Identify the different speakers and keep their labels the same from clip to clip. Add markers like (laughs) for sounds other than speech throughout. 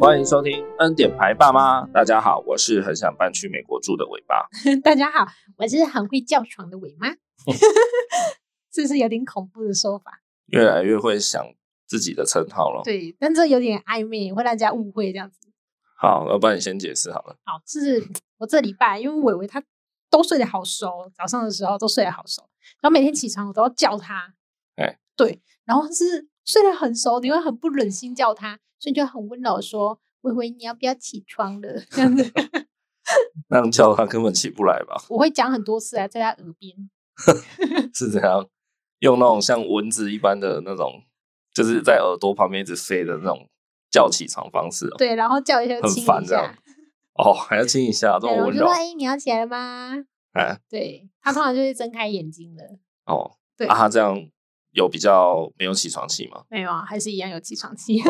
Speaker 1: 欢迎收听《恩典牌爸妈》。大家好，我是很想搬去美国住的尾巴。
Speaker 2: (laughs) 大家好，我是很会叫床的伟
Speaker 1: (laughs)
Speaker 2: 妈，这是有点恐怖的说法，
Speaker 1: 越来越会想自己的称号了。
Speaker 2: 对，但这有点暧昧，会让人家误会这样子。
Speaker 1: 好，要不然你先解释好了。
Speaker 2: 好，是我这礼拜，因为伟伟他都睡得好熟，早上的时候都睡得好熟，然后每天起床我都要叫他，
Speaker 1: 哎
Speaker 2: 对，然后是睡得很熟，你会很不忍心叫他，所以就很温柔地说：“伟伟，你要不要起床了？” (laughs) 这
Speaker 1: (laughs)
Speaker 2: 样子，
Speaker 1: 那样叫他根本起不来
Speaker 2: (laughs)
Speaker 1: 吧？
Speaker 2: 我会讲很多次啊，在他耳边，
Speaker 1: 是怎样？用那种像蚊子一般的那种，就是在耳朵旁边一直飞的那种叫起床方式哦。
Speaker 2: 对，然后叫一下
Speaker 1: 很
Speaker 2: 亲
Speaker 1: 烦
Speaker 2: 一
Speaker 1: 这样
Speaker 2: 下，
Speaker 1: 哦，还要亲一下，这
Speaker 2: 对，
Speaker 1: 么
Speaker 2: 然后
Speaker 1: 温
Speaker 2: 就
Speaker 1: 柔
Speaker 2: 说：“。哎、你要起来了吗？”
Speaker 1: 哎，
Speaker 2: 对他通常就会睁开眼睛了。
Speaker 1: 哦，
Speaker 2: 对，
Speaker 1: 啊，他这样有比较没有起床气吗？
Speaker 2: 没有啊，还是一样有起床气。 (laughs)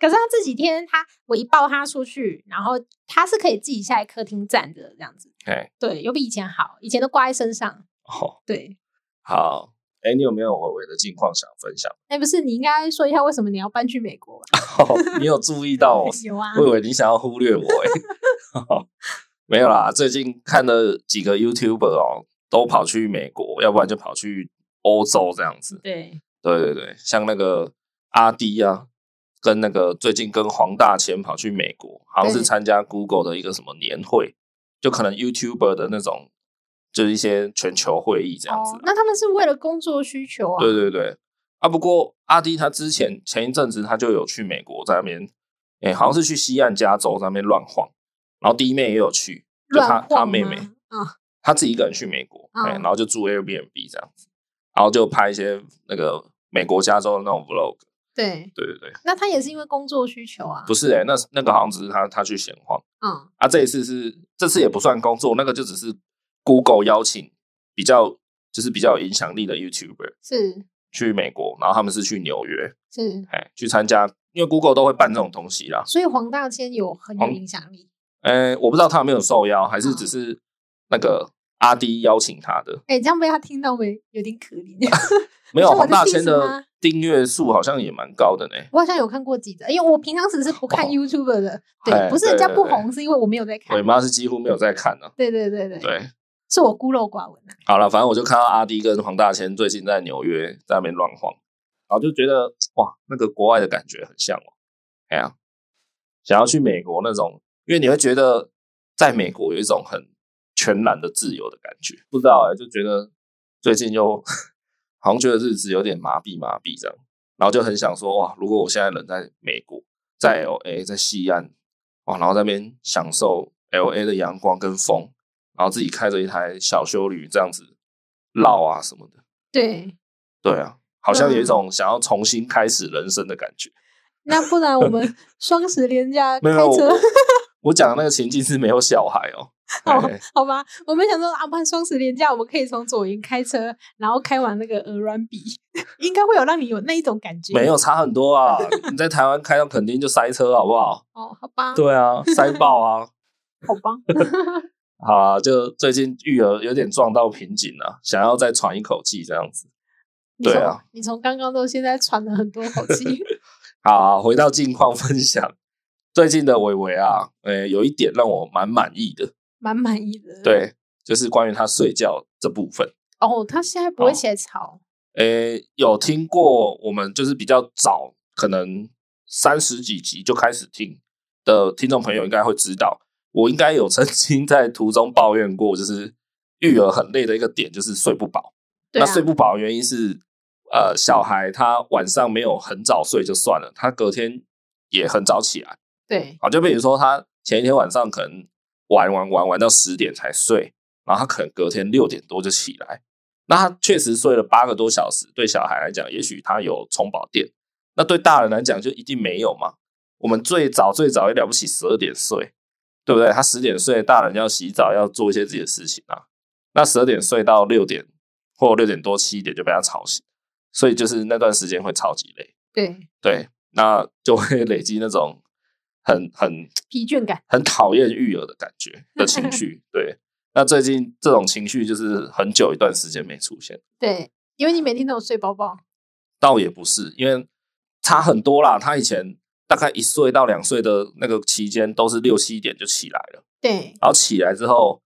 Speaker 2: 可是他这几天他我一抱他出去，然后他是可以自己下来客厅站着这样子。
Speaker 1: 哎，
Speaker 2: 对，有比以前好，以前都挂在身上。
Speaker 1: 哦，
Speaker 2: 对，
Speaker 1: 好。哎，你有没有伟伟的近况想分享？
Speaker 2: 哎、不是，你应该说一下为什么你要搬去美国吧？
Speaker 1: 哦， (laughs) 你有注意到我
Speaker 2: (laughs) 有啊
Speaker 1: 我，以为你想要忽略我、欸， (laughs) 没有啦。最近看了几个 YouTuber 哦，都跑去美国，要不然就跑去欧洲这样子。
Speaker 2: 对，
Speaker 1: 对对对，像那个阿迪啊，跟那个最近跟黄大千跑去美国，好像是
Speaker 2: 对
Speaker 1: 参加 Google 的一个什么年会，就可能 YouTuber 的那种，就是一些全球会议这样子
Speaker 2: 哦。。那他们是为了工作需求啊？
Speaker 1: 对对对，啊，不过阿迪他之前前一阵子他就有去美国在那边，哎、好像是去西岸加州在那边乱晃，然后弟妹也有去，就他
Speaker 2: 乱
Speaker 1: 他
Speaker 2: 晃
Speaker 1: 妹
Speaker 2: 吗
Speaker 1: 妹
Speaker 2: 啊，
Speaker 1: 他自己一个人去美国，哎、
Speaker 2: 嗯
Speaker 1: 然后就住 Airbnb 这样子，然后就拍一些那个美国加州的那种 vlog，
Speaker 2: 对，
Speaker 1: 对对对，
Speaker 2: 那他也是因为工作需求啊？
Speaker 1: 不
Speaker 2: 是，
Speaker 1: 是哎、那那个好像只是他他去闲晃
Speaker 2: 嗯，
Speaker 1: 啊，这一次是这次也不算工作，那个就只是 Google 邀请比较就是比较有影响力的 YouTuber
Speaker 2: 是
Speaker 1: 去美国，然后他们是去纽约，
Speaker 2: 是，
Speaker 1: 哎，去参加，因为 Google 都会办这种东西啦。
Speaker 2: 所以黄大千有很有
Speaker 1: 黄
Speaker 2: 影响力。
Speaker 1: 哎，我不知道他有没有受邀，还是只
Speaker 2: 嗯
Speaker 1: 是那个阿迪邀请他的。
Speaker 2: 哎、这样被他听到没？有点可怜。
Speaker 1: 没有，
Speaker 2: 是我
Speaker 1: 黄
Speaker 2: 的
Speaker 1: 大
Speaker 2: cheese
Speaker 1: 千的
Speaker 2: 吗
Speaker 1: 订阅数好像也蛮高的呢。
Speaker 2: 我好像有看过几则，因为我平常只是不看
Speaker 1: 哦
Speaker 2: YouTube 的，
Speaker 1: 哎
Speaker 2: 对，不是人
Speaker 1: 对
Speaker 2: 家
Speaker 1: 对
Speaker 2: 不
Speaker 1: 对
Speaker 2: 红，是因为我没有在看
Speaker 1: 我。妈是几乎没有在看呢、啊
Speaker 2: 对对对对，
Speaker 1: 对，
Speaker 2: 是我孤陋寡闻啊。
Speaker 1: 好了，反正我就看到阿迪跟黄大千最近在纽约在那边乱晃，然后就觉得哇，那个国外的感觉很向往。哎呀、想要去美国那种，因为你会觉得在美国有一种很全然的自由的感觉。不知道哎、就觉得最近又 (laughs) 好像觉得日子有点麻痹麻痹这样，然后就很想说哇，如果我现在人在美国，在 L A 在西岸哇，然后在那边享受 L A 的阳光跟风，然后自己开着一台小修旅这样子绕啊什么的， (laughs)
Speaker 2: 对，
Speaker 1: 对啊，好像有一
Speaker 2: 嗯
Speaker 1: 种想要重新开始人生的感觉。
Speaker 2: (laughs) 那不然
Speaker 1: (laughs)
Speaker 2: 我们双十连假
Speaker 1: 没
Speaker 2: 开
Speaker 1: 有，
Speaker 2: 车
Speaker 1: 我，我讲的那个情境是没有小孩哦。
Speaker 2: (laughs) 好
Speaker 1: 哎
Speaker 2: 好吧？我们想说啊，不然双十连假我们可以从左营开车，然后开往那个鹅銮鼻， (laughs) 应该会有让你有那一种感觉。
Speaker 1: 没有差很多啊！你在台湾开到肯定就塞车，好不好？
Speaker 2: 哦，好吧，
Speaker 1: 对啊，塞爆啊！
Speaker 2: 好吧，
Speaker 1: (laughs) 好啊，就最近育儿有点撞到瓶颈了、想要再喘一口气这样子。
Speaker 2: 你
Speaker 1: 对
Speaker 2: 从
Speaker 1: 啊，
Speaker 2: 你从刚刚到现在喘了很多口
Speaker 1: (laughs)
Speaker 2: 气，
Speaker 1: 好啊、回到近况分享，最近的伟伟啊，呃，有一点让我蛮满意的，
Speaker 2: 蛮满意的。，
Speaker 1: 对，就是关于他睡觉这部分。
Speaker 2: 哦，他现在不
Speaker 1: 哦
Speaker 2: 会起来吵，
Speaker 1: 诶，有听过我们就是比较早，可能三十几集就开始听的听众朋友应该会知道，我应该有曾经在途中抱怨过，就是育儿很累的一个点就是睡不饱。
Speaker 2: 对
Speaker 1: 那
Speaker 2: 啊，
Speaker 1: 睡不饱的原因是，呃，小孩他晚上没有很早睡就算了，他隔天也很早起来。
Speaker 2: 对
Speaker 1: 啊，就比如说他前一天晚上可能玩玩玩玩到十点才睡，然后他可能隔天六点多就起来，那他确实睡了八个多小时，对小孩来讲，也许他有充饱电，那对大人来讲就一定没有嘛。我们最早最早也了不起十二点睡，对不对？他十点睡，大人要洗澡，要做一些自己的事情啊。那十二点睡到六点或六点多七点就被他吵醒，所以就是那段时间会超级累，
Speaker 2: 对，
Speaker 1: 对，那就会累积那种很很
Speaker 2: 疲倦感。
Speaker 1: 很讨厌育儿的感觉的情
Speaker 2: (laughs)
Speaker 1: 绪。对，那最近这种情绪就是很久一段时间没出现，
Speaker 2: 对，因为你每天都有睡饱饱，
Speaker 1: 倒也不是，因为差很多啦。他以前大概一岁到两岁的那个期间，都是六七点就起来了，
Speaker 2: 对，
Speaker 1: 然后起来之后，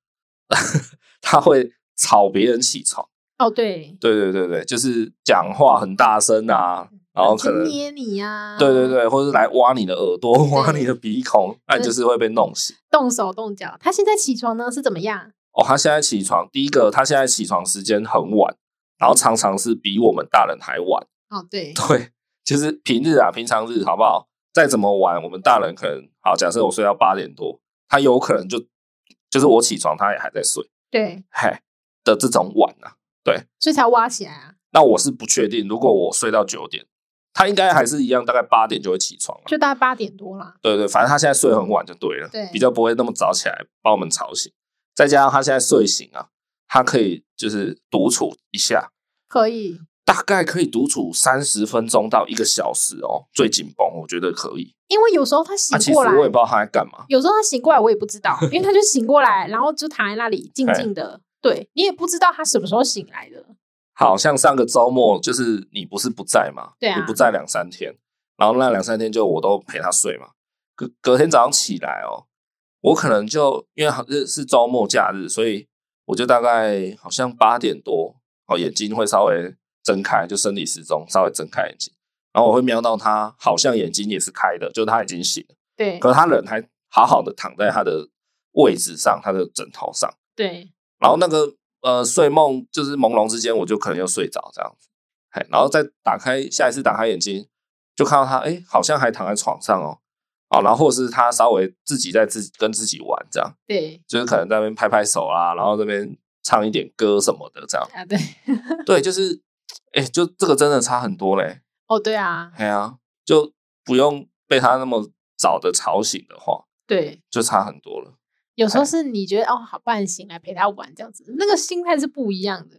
Speaker 1: (laughs) 他会吵别人起床。
Speaker 2: 哦对，
Speaker 1: 对对对对，就是讲话很大声
Speaker 2: (laughs)
Speaker 1: 啊，然后可能
Speaker 2: 去捏你呀、啊，
Speaker 1: 对对，对，或者来挖你的耳朵、挖
Speaker 2: 对
Speaker 1: 你的鼻孔，那你就是会被弄醒。
Speaker 2: 动手动脚。他现在起床呢是怎么样？
Speaker 1: 哦，他现在起床，第一个他现在起床时间很晚，然后常常是比我们大人还晚。 (laughs)
Speaker 2: 哦对，
Speaker 1: 对，就是平日啊，平常日好不好？再怎么晚，我们大人可能好，假设我睡到八点多，他有可能就就是我起床，他也还在睡，
Speaker 2: 对，
Speaker 1: 嘿的这种晚啊。
Speaker 2: 所以才挖起来啊，
Speaker 1: 那我是不确定，如果我睡到九点，他应该还是一样，大概八点就会起床了。
Speaker 2: 就大概八点多啦。
Speaker 1: 对对，反正他现在睡很晚就对了，
Speaker 2: 对
Speaker 1: 比较不会那么早起来把我们吵醒。再加上他现在睡醒啊，他可以就是独处一下，
Speaker 2: 可以，
Speaker 1: 大概可以独处三十分钟到一个小时哦，最紧绷，我觉得可以。
Speaker 2: 因为有时候他
Speaker 1: 那、
Speaker 2: 醒
Speaker 1: 啊其实
Speaker 2: 过来，
Speaker 1: 我也不知道他在干嘛，
Speaker 2: 有时候他醒过来我也不知道，因为他就醒过来，然后就躺在那里静
Speaker 1: 哎
Speaker 2: 静的，对你也不知道他什么时候醒来的。
Speaker 1: 好像上个周末就是你不是不在嘛，
Speaker 2: 对啊
Speaker 1: 你不在两三天，然后那两三天就我都陪他睡嘛。隔隔天早上起来哦，我可能就因为好是是周末假日，所以我就大概好像八点多哦，眼睛会稍微睁开，就生理时钟稍微睁开眼睛，然后我会瞄到他好像眼睛也是开的，就是他已经醒了，
Speaker 2: 对
Speaker 1: 可是他人还好好的躺在他的位置上，他的枕头上。
Speaker 2: 对，
Speaker 1: 然后那个呃睡梦就是朦胧之间，我就可能又睡着这样子，嘿，然后再打开下一次打开眼睛，就看到他哎好像还躺在床上哦，哦，然后或是他稍微自己在自跟自己玩这样，
Speaker 2: 对
Speaker 1: 就是可能在那边拍拍手啊，然后这边唱一点歌什么的这样，
Speaker 2: 啊，对，
Speaker 1: 对，就是哎就这个真的差很多嘞，
Speaker 2: 哦，对啊，
Speaker 1: 哎呀、就不用被他那么早的吵醒的话，
Speaker 2: 对，
Speaker 1: 就差很多了。
Speaker 2: 有时候
Speaker 1: 哎
Speaker 2: 是你觉得哦，好，不然醒来陪他玩这样子，那个心态是不一样的。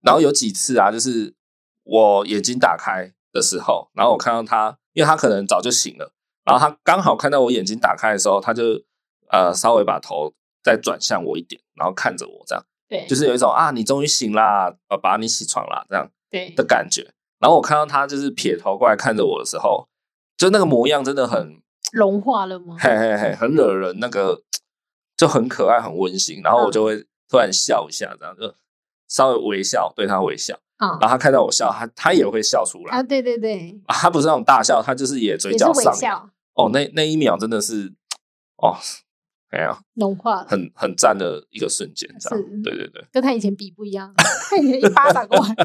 Speaker 1: 然后有几次啊，就是我眼睛打开的时候，然后我看到他，因为他可能早就醒了，然后他刚好看到我眼睛打开的时候，他就呃稍微把头再转向我一点，然后看着我这样，
Speaker 2: 对，
Speaker 1: 就是有一种啊你终于醒啦，爸爸你起床啦这样
Speaker 2: 对
Speaker 1: 的感觉。然后我看到他就是撇头过来看着我的时候，就那个模样真的很
Speaker 2: 融化了吗？
Speaker 1: 嘿嘿嘿，很惹人，那个就很可爱，很温馨。然后我就会突然笑一下，这样就稍微微笑，对他微笑。
Speaker 2: 啊
Speaker 1: 然后他看到我笑，他他也会笑出来。
Speaker 2: 啊，对对对，
Speaker 1: 啊他不是那种大笑，他就是也嘴
Speaker 2: 也是
Speaker 1: 角
Speaker 2: 微
Speaker 1: 上扬。
Speaker 2: 笑
Speaker 1: 哦，那那一秒真的是，哦，哎呀，
Speaker 2: 融化了，
Speaker 1: (laughs) 很很赞的一个瞬间，这
Speaker 2: 是
Speaker 1: 样。对对对，
Speaker 2: 跟他以前比不一样，他以前一巴掌
Speaker 1: (laughs)
Speaker 2: 过来，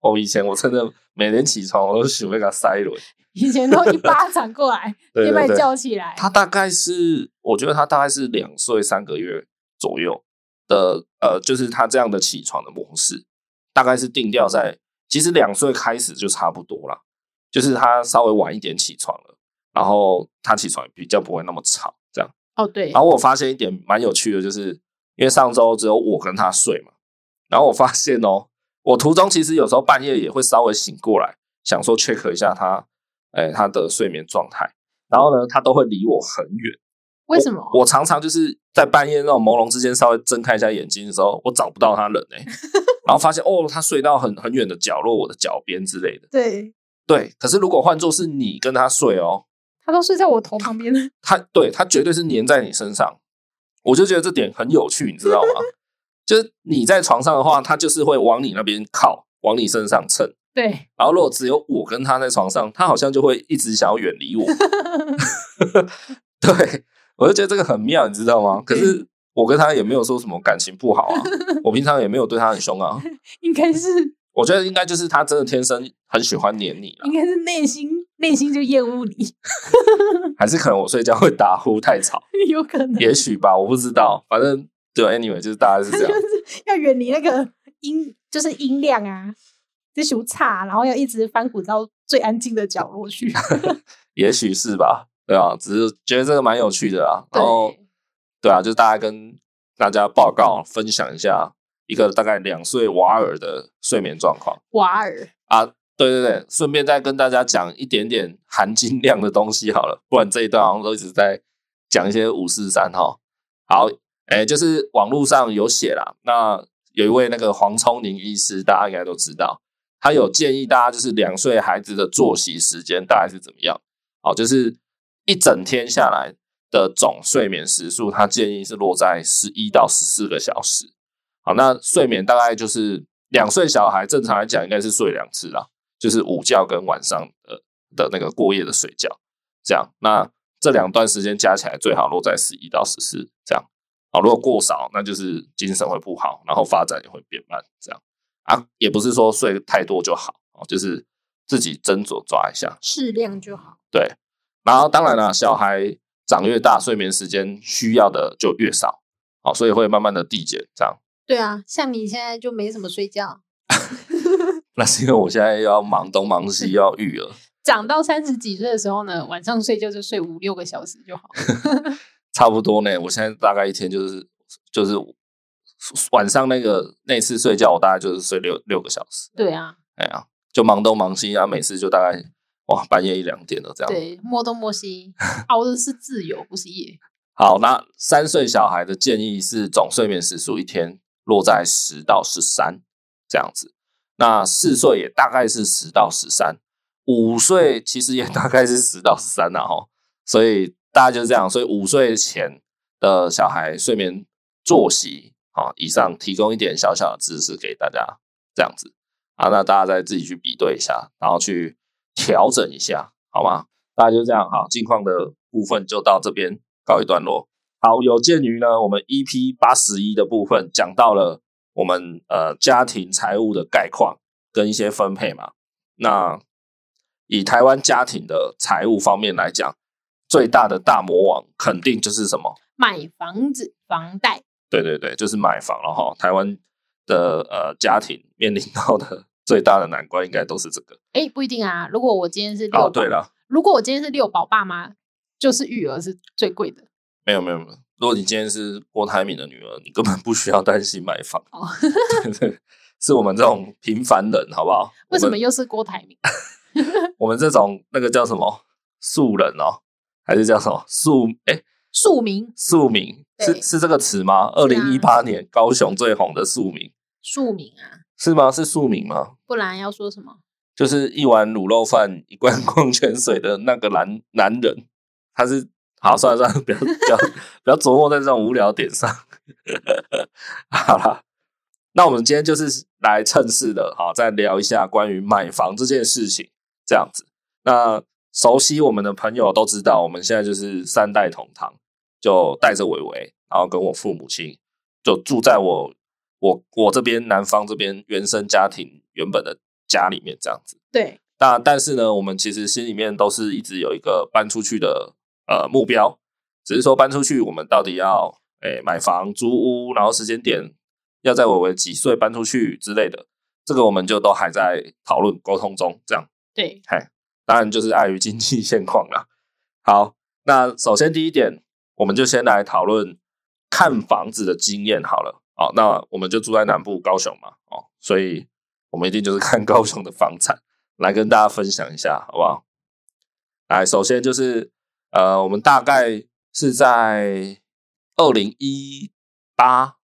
Speaker 1: 我、哦以前我真的每天起床，我都喜欢给他塞一轮。
Speaker 2: 以前都一巴掌过来，
Speaker 1: 对
Speaker 2: 就把
Speaker 1: 对
Speaker 2: 你
Speaker 1: 对，
Speaker 2: 叫起来。
Speaker 1: 他大概是，我觉得他大概是两岁三个月左右的，呃，就是他这样的起床的模式，大概是定调在，其实两岁开始就差不多啦，就是他稍微晚一点起床了，然后他起床比较不会那么吵，这样。
Speaker 2: 哦，对
Speaker 1: 然，后我发现一点蛮有趣的，就是因为上周只有我跟他睡嘛，然后我发现哦，我途中其实有时候半夜也会稍微醒过来，想说 check 一下他，哎，他的睡眠状态。然后呢，他都会离我很远。
Speaker 2: 为什么？
Speaker 1: 我常常就是在半夜那种朦胧之间稍微睁开一下眼睛的时候，我找不到他人哎、然后发现哦，他睡到很很远的角落，我的脚边之类的。
Speaker 2: 对
Speaker 1: 对，可是如果换作是你跟他睡哦，
Speaker 2: 他都睡在我头旁
Speaker 1: (laughs)
Speaker 2: 边了。
Speaker 1: 他对他绝对是粘在你身上，我就觉得这点很有趣，你知道吗？ (laughs) 就是你在床上的话，他就是会往你那边靠，往你身上蹭。
Speaker 2: 对， (laughs)
Speaker 1: 然后如果只有我跟他在床上，他好像就会一直想要远离我。 (laughs) 对我就觉得这个很妙，你知道吗？可是我跟他也没有说什么感情不好啊，我平常也没有对他很凶啊。
Speaker 2: 应该是
Speaker 1: 我觉得应该就是他真的天生很喜欢黏你啦
Speaker 2: 应，该是内心内心就厌恶你，
Speaker 1: 还是可能我睡觉会打呼太吵，
Speaker 2: 有可能
Speaker 1: 也许吧，我不知道。反正对，anyway，就是大概是
Speaker 2: 他
Speaker 1: 这
Speaker 2: 就
Speaker 1: 样。
Speaker 2: 是要远离那个音，就是音量啊，这熊差，然后要一直翻滚到最安静的角落
Speaker 1: (laughs)
Speaker 2: 去。
Speaker 1: 也许是吧，对啊，只是觉得这个蛮有趣的啊。然后
Speaker 2: 对，
Speaker 1: 对啊，就大家跟大家报告分享一下一个大概两岁娃儿的睡眠状况
Speaker 2: 瓦尔，
Speaker 1: 啊。对对对，顺便再跟大家讲一点点含金量的东西好了， (laughs) 不然这一段好像都一直在讲一些五四三哈。好，哎，就是网络上有写啦，那有一位那个黄聪宁医师，大家应该都知道，他有建议大家就是两岁孩子的作息时间大概是怎么样。哦，就是一整天下来的总睡眠时数，它建议是落在十一到十四个小时。好，那睡眠大概就是两岁小孩正常来讲应该是睡两次啦，就是午觉跟晚上的的那个过夜的睡觉，这样。那这两段时间加起来最好落在十一到十四这样。好，如果过少，那就是精神会不好，然后发展也会变慢，这样啊，也不是说睡太多就好哦，就是自己斟酌抓一下。
Speaker 2: 适量就好。
Speaker 1: 对，然后当然了，小孩长越大，睡眠时间需要的就越少，好，所以会慢慢的递减，这样。
Speaker 2: 对啊，像你现在就没怎么睡觉，
Speaker 1: 那是因为我现在要忙东忙西，要育儿，
Speaker 2: 长到三十几岁的时候呢，晚上睡觉就睡五六个小时就好。
Speaker 1: 差不多呢。我现在大概一天就是就是晚上那个那次睡觉，我大概就是睡六六个小时，
Speaker 2: 对啊，
Speaker 1: 哎呀，就忙东忙西啊，每次就大概哇半夜一两点了这样。
Speaker 2: 对， (laughs) 摸东摸西，熬的是自由，不是夜。
Speaker 1: 好，那三岁小孩的建议是总睡眠时数一天落在十到十三这样子。那四岁也大概是十到十三，五岁其实也大概是十到十三了哈。所以大家就是这样，所以五岁前的小孩睡眠作息啊，以上提供一点小小的知识给大家，这样子啊，那大家再自己去比对一下，然后去调整一下，好吗？大家就这样好，近况的部分就到这边告一段落。好，有鉴于呢，我们 EP 八十一的部分讲到了我们呃家庭财务的概况跟一些分配嘛，那以台湾家庭的财务方面来讲，最大的大魔王肯定就是什么？
Speaker 2: 买房子、房贷，
Speaker 1: 对对对，就是买房了哈。台湾的呃家庭面临到的最大的难关，应该都是这个。
Speaker 2: 哎，不一定啊。如果我今天是六宝，
Speaker 1: 哦，对了，
Speaker 2: 如果我今天是六宝爸妈，就是育儿是最贵的。
Speaker 1: 没有没有没有，如果你今天是郭台铭的女儿，你根本不需要担心买房。
Speaker 2: 哦 (laughs)
Speaker 1: 对对，是我们这种平凡人，好不好？
Speaker 2: 为
Speaker 1: 我
Speaker 2: 什么
Speaker 1: 们
Speaker 2: 又是郭台铭？
Speaker 1: 我们这种那个叫什么素人哦，还是叫什么素？哎、
Speaker 2: 庶民，
Speaker 1: 庶民是
Speaker 2: 对
Speaker 1: 是这个词吗？二
Speaker 2: 是啊
Speaker 1: 零一八年高雄最红的庶民
Speaker 2: 庶民啊，
Speaker 1: 是吗？是庶民吗？
Speaker 2: 不然要说什么？
Speaker 1: 就是一碗卤肉饭、一罐 (laughs) 矿泉水的那个男男人，他是好算了算了，不要不要不要琢磨在这种无聊点上。 (laughs) 好啦，那我们今天就是来趁势的，好再聊一下关于买房这件事情，这样子。那熟悉我们的朋友都知道，我们现在就是三代同堂，就带着伟伟，然后跟我父母亲就住在我我我这边南方这边原生家庭原本的家里面这样子。
Speaker 2: 对，
Speaker 1: 那但是呢，我们其实心里面都是一直有一个搬出去的呃目标，只是说搬出去我们到底要诶、买房、租屋，然后时间点要在伟伟几岁搬出去之类的，这个我们就都还在讨论沟通中这样。
Speaker 2: 对，
Speaker 1: 当然就是碍于经济现况啦。 (laughs) 好，那首先第一点，我们就先来讨论看房子的经验好了。哦，那我们就住在南部高雄嘛，哦，所以我们一定就是看高雄的房产来跟大家分享一下，好不好？来，首先就是呃，我们大概是在二零一八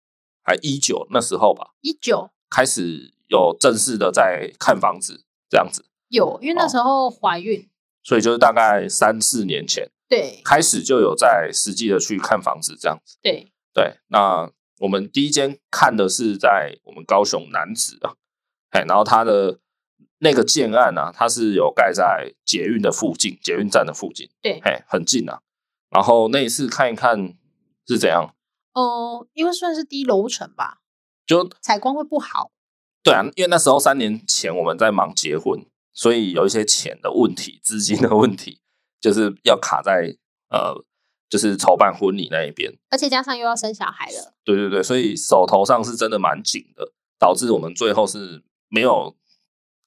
Speaker 1: 还一九那时候吧，
Speaker 2: 一九
Speaker 1: 开始有正式的在看房子这样子。
Speaker 2: 有，因为
Speaker 1: 哦
Speaker 2: 那时候怀孕，
Speaker 1: 所以就是大概三四年前 (laughs)
Speaker 2: 对
Speaker 1: 开始就有在实际的去看房子这样子。
Speaker 2: 对，
Speaker 1: 对，那我们第一间看的是在我们高雄南子啊，哎，然后它的那个建案啊，它是有盖在捷运的附近，捷运站的附近，
Speaker 2: 对
Speaker 1: 哎，很近啊。然后那一次看一看是怎样，
Speaker 2: 嗯，因为算是低楼层吧，
Speaker 1: 就
Speaker 2: 采光会不好，
Speaker 1: 对啊，因为那时候三年前我们在忙结婚，所以有一些钱的问题、资金的问题，就是要卡在呃，就是筹办婚礼那一边。
Speaker 2: 而且加上又要生小孩了，
Speaker 1: 对对对，所以手头上是真的蛮紧的，导致我们最后是没有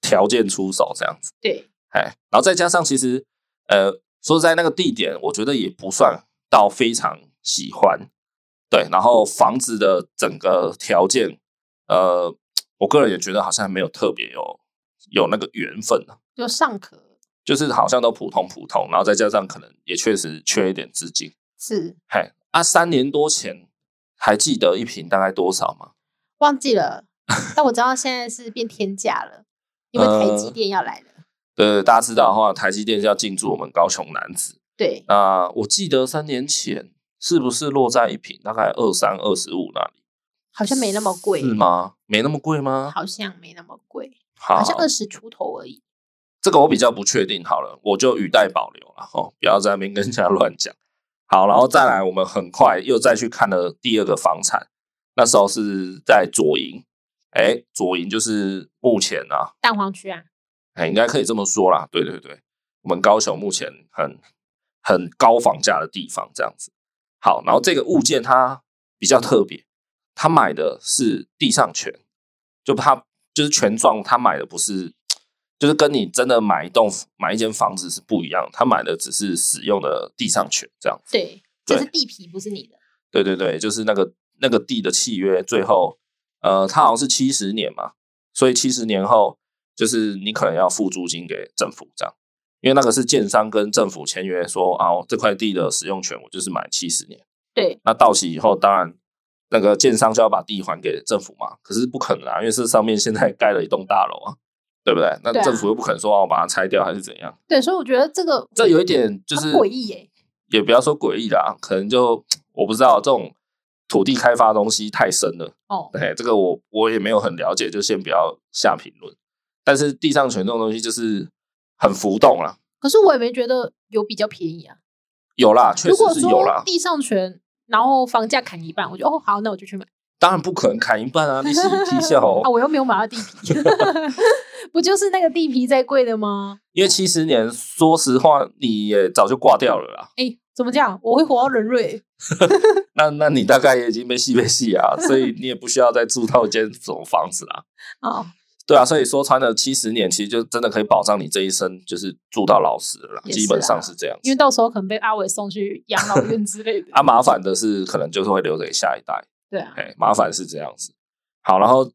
Speaker 1: 条件出手这样子。
Speaker 2: 对
Speaker 1: 哎，然后再加上其实呃，说实在那个地点，我觉得也不算到非常喜欢。对，然后房子的整个条件，呃，我个人也觉得好像没有特别有有那个缘分啊
Speaker 2: 就尚可
Speaker 1: 就是好像都普通普通，然后再加上可能也确实缺一点资金。
Speaker 2: 是
Speaker 1: 嘿，啊，三年多前还记得一瓶大概多少吗？ (laughs)
Speaker 2: 忘记了，但我知道现在是变天价了，因为台积电要来了，
Speaker 1: 呃，大家知
Speaker 2: 嗯
Speaker 1: 道的话，台积电要进驻我们高雄南子，
Speaker 2: 对，
Speaker 1: 那我记得三年前是不是落在一平大概二三二十五那里？
Speaker 2: 好像没那么贵，
Speaker 1: 是吗？哦没那么贵吗？
Speaker 2: 好像没那么贵，
Speaker 1: 好
Speaker 2: 好像二十出头而已。
Speaker 1: 这个我比较不确定，好了，我就语带保留了哦，不要在那边跟人家乱讲。好，然后再来，我们很快又再去看了第二个房产，那时候是在左营，哎，左营就是目前啊，
Speaker 2: 蛋黄区啊，
Speaker 1: 哎，应该可以这么说啦，对对对，我们高雄目前很很高房价的地方这样子。好，然后这个物件它比较特别，他买的是地上权，就他就是权状，他买的不是，就是跟你真的买一栋买一间房子是不一样，他买的只是使用的地上权这样。
Speaker 2: 对，
Speaker 1: 对
Speaker 2: 这是地皮，不是你的。
Speaker 1: 对对对，就是那个那个地的契约，最后呃，它好像是七十年嘛，所以七十年后就是你可能要付租金给政府这样，因为那个是建商跟政府签约说啊，我这块地的使用权我就是买七十年，
Speaker 2: 对，
Speaker 1: 那到期以后当然。那个建商就要把地还给政府嘛，可是不可能啊，因为是上面现在盖了一栋大楼啊，对不对？那
Speaker 2: 对啊
Speaker 1: 政府又不可能说哦，我把它拆掉还是怎样？
Speaker 2: 对，所以我觉得这个
Speaker 1: 这有一点就是
Speaker 2: 很诡异耶。
Speaker 1: 也不要说诡异啦，可能就我不知道这种土地开发东西太深了，
Speaker 2: 哦，
Speaker 1: 哎，这个我我也没有很了解，就先不要下评论。但是地上权这种东西就是很浮动啦，
Speaker 2: 可是我也没觉得有比较便宜啊。
Speaker 1: 有啦，确
Speaker 2: 如果
Speaker 1: 实是有
Speaker 2: 说
Speaker 1: 啦。
Speaker 2: 地上权，然后房价砍一半，我就哦好，那我就去买。
Speaker 1: 当然不可能砍一半啊，利息批
Speaker 2: (laughs)
Speaker 1: 笑哦
Speaker 2: 啊，，我又没有买到地 (laughs) 皮，不就是那个地皮在贵的吗？
Speaker 1: 因为七十年，说实话你也早就挂掉了啦。
Speaker 2: 哎、怎么讲？我会活到人瑞，
Speaker 1: 那那你大概也已经被戏被戏啊，所以你也不需要再住到一间什么房子啦。
Speaker 2: 哦，
Speaker 1: 对啊，所以说穿了七十年，其实就真的可以保障你这一生就是住到老死了啦，
Speaker 2: 也是啊
Speaker 1: 基本上是这样子。
Speaker 2: 因为到时候可能被阿伟送去养老院之类 (laughs) 的。
Speaker 1: 啊，麻烦的是可能就是会留给下一代，
Speaker 2: 对啊，
Speaker 1: 哎，麻烦是这样子。好，然后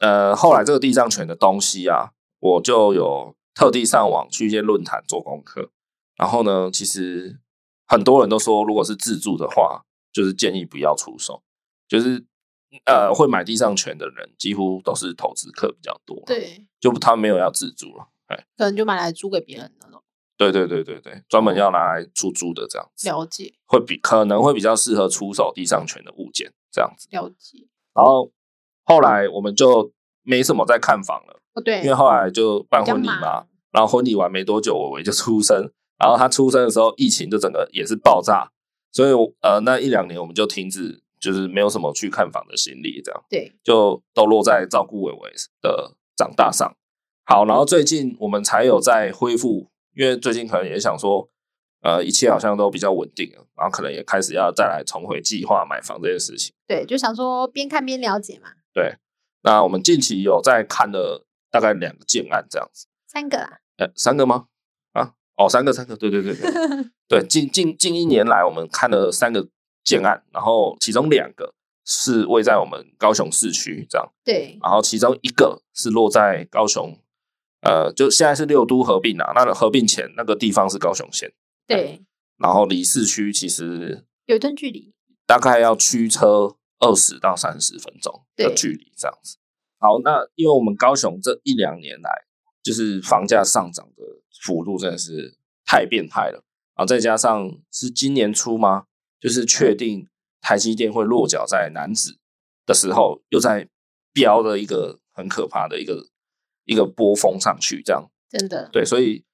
Speaker 1: 呃，后来这个地上权的东西啊，我就有特地上网去一些论坛做功课，然后呢，其实很多人都说，如果是自住的话，就是建议不要出手，就是呃，会买地上权的人几乎都是投资客比较多，，
Speaker 2: 对，
Speaker 1: 就他没有要自住了。哎，
Speaker 2: 可能就买来租给别人那种。
Speaker 1: 对对对对对，专门要拿来出租的这样子，
Speaker 2: 哦了解，
Speaker 1: 会比可能会比较适合出手地上权的物件这样子。
Speaker 2: 了解。
Speaker 1: 然后后来我们就没什么在看房了，
Speaker 2: 哦，嗯对，
Speaker 1: 因为后来就办婚礼
Speaker 2: 比较
Speaker 1: 嘛
Speaker 2: 忙，
Speaker 1: 然后婚礼完没多久，我伟就出生，然后他出生的时候，疫情就整个也是爆炸，所以我呃那一两年我们就停止，就是没有什么去看房的心力，这样
Speaker 2: 对
Speaker 1: 就都落在照顾伟伟的长大上。好，然后最近我们才有在恢复，因为最近可能也想说，呃，一切好像都比较稳定了，然后可能也开始要再来重回计划买房这件事情。
Speaker 2: 对，就想说边看边了解嘛，
Speaker 1: 那我们近期有在看了大概两个建案这样子，
Speaker 2: 三个啦。
Speaker 1: 呃，三个吗？啊，哦，三个，三个，对对对对对，近近近一年来我们看了三个建案，然后其中两个是位在我们高雄市区这样，
Speaker 2: 对
Speaker 1: 然后其中一个是落在高雄，呃，就现在是六都合并啊，那合并前那个地方是高雄县，
Speaker 2: 对，
Speaker 1: 然后离市区其实
Speaker 2: 有一段距离。
Speaker 1: 大概要驱车二十到三十分钟的
Speaker 2: 对
Speaker 1: 距离这样子。好，那因为我们高雄这一两年来，就是房价上涨的幅度真的是太变态了，然后再加上是今年初吗？就是确定台积电会落脚在南子的时候，又在飙的一个很可怕的一个一个波峰上去，这样
Speaker 2: 真的，
Speaker 1: 对，所以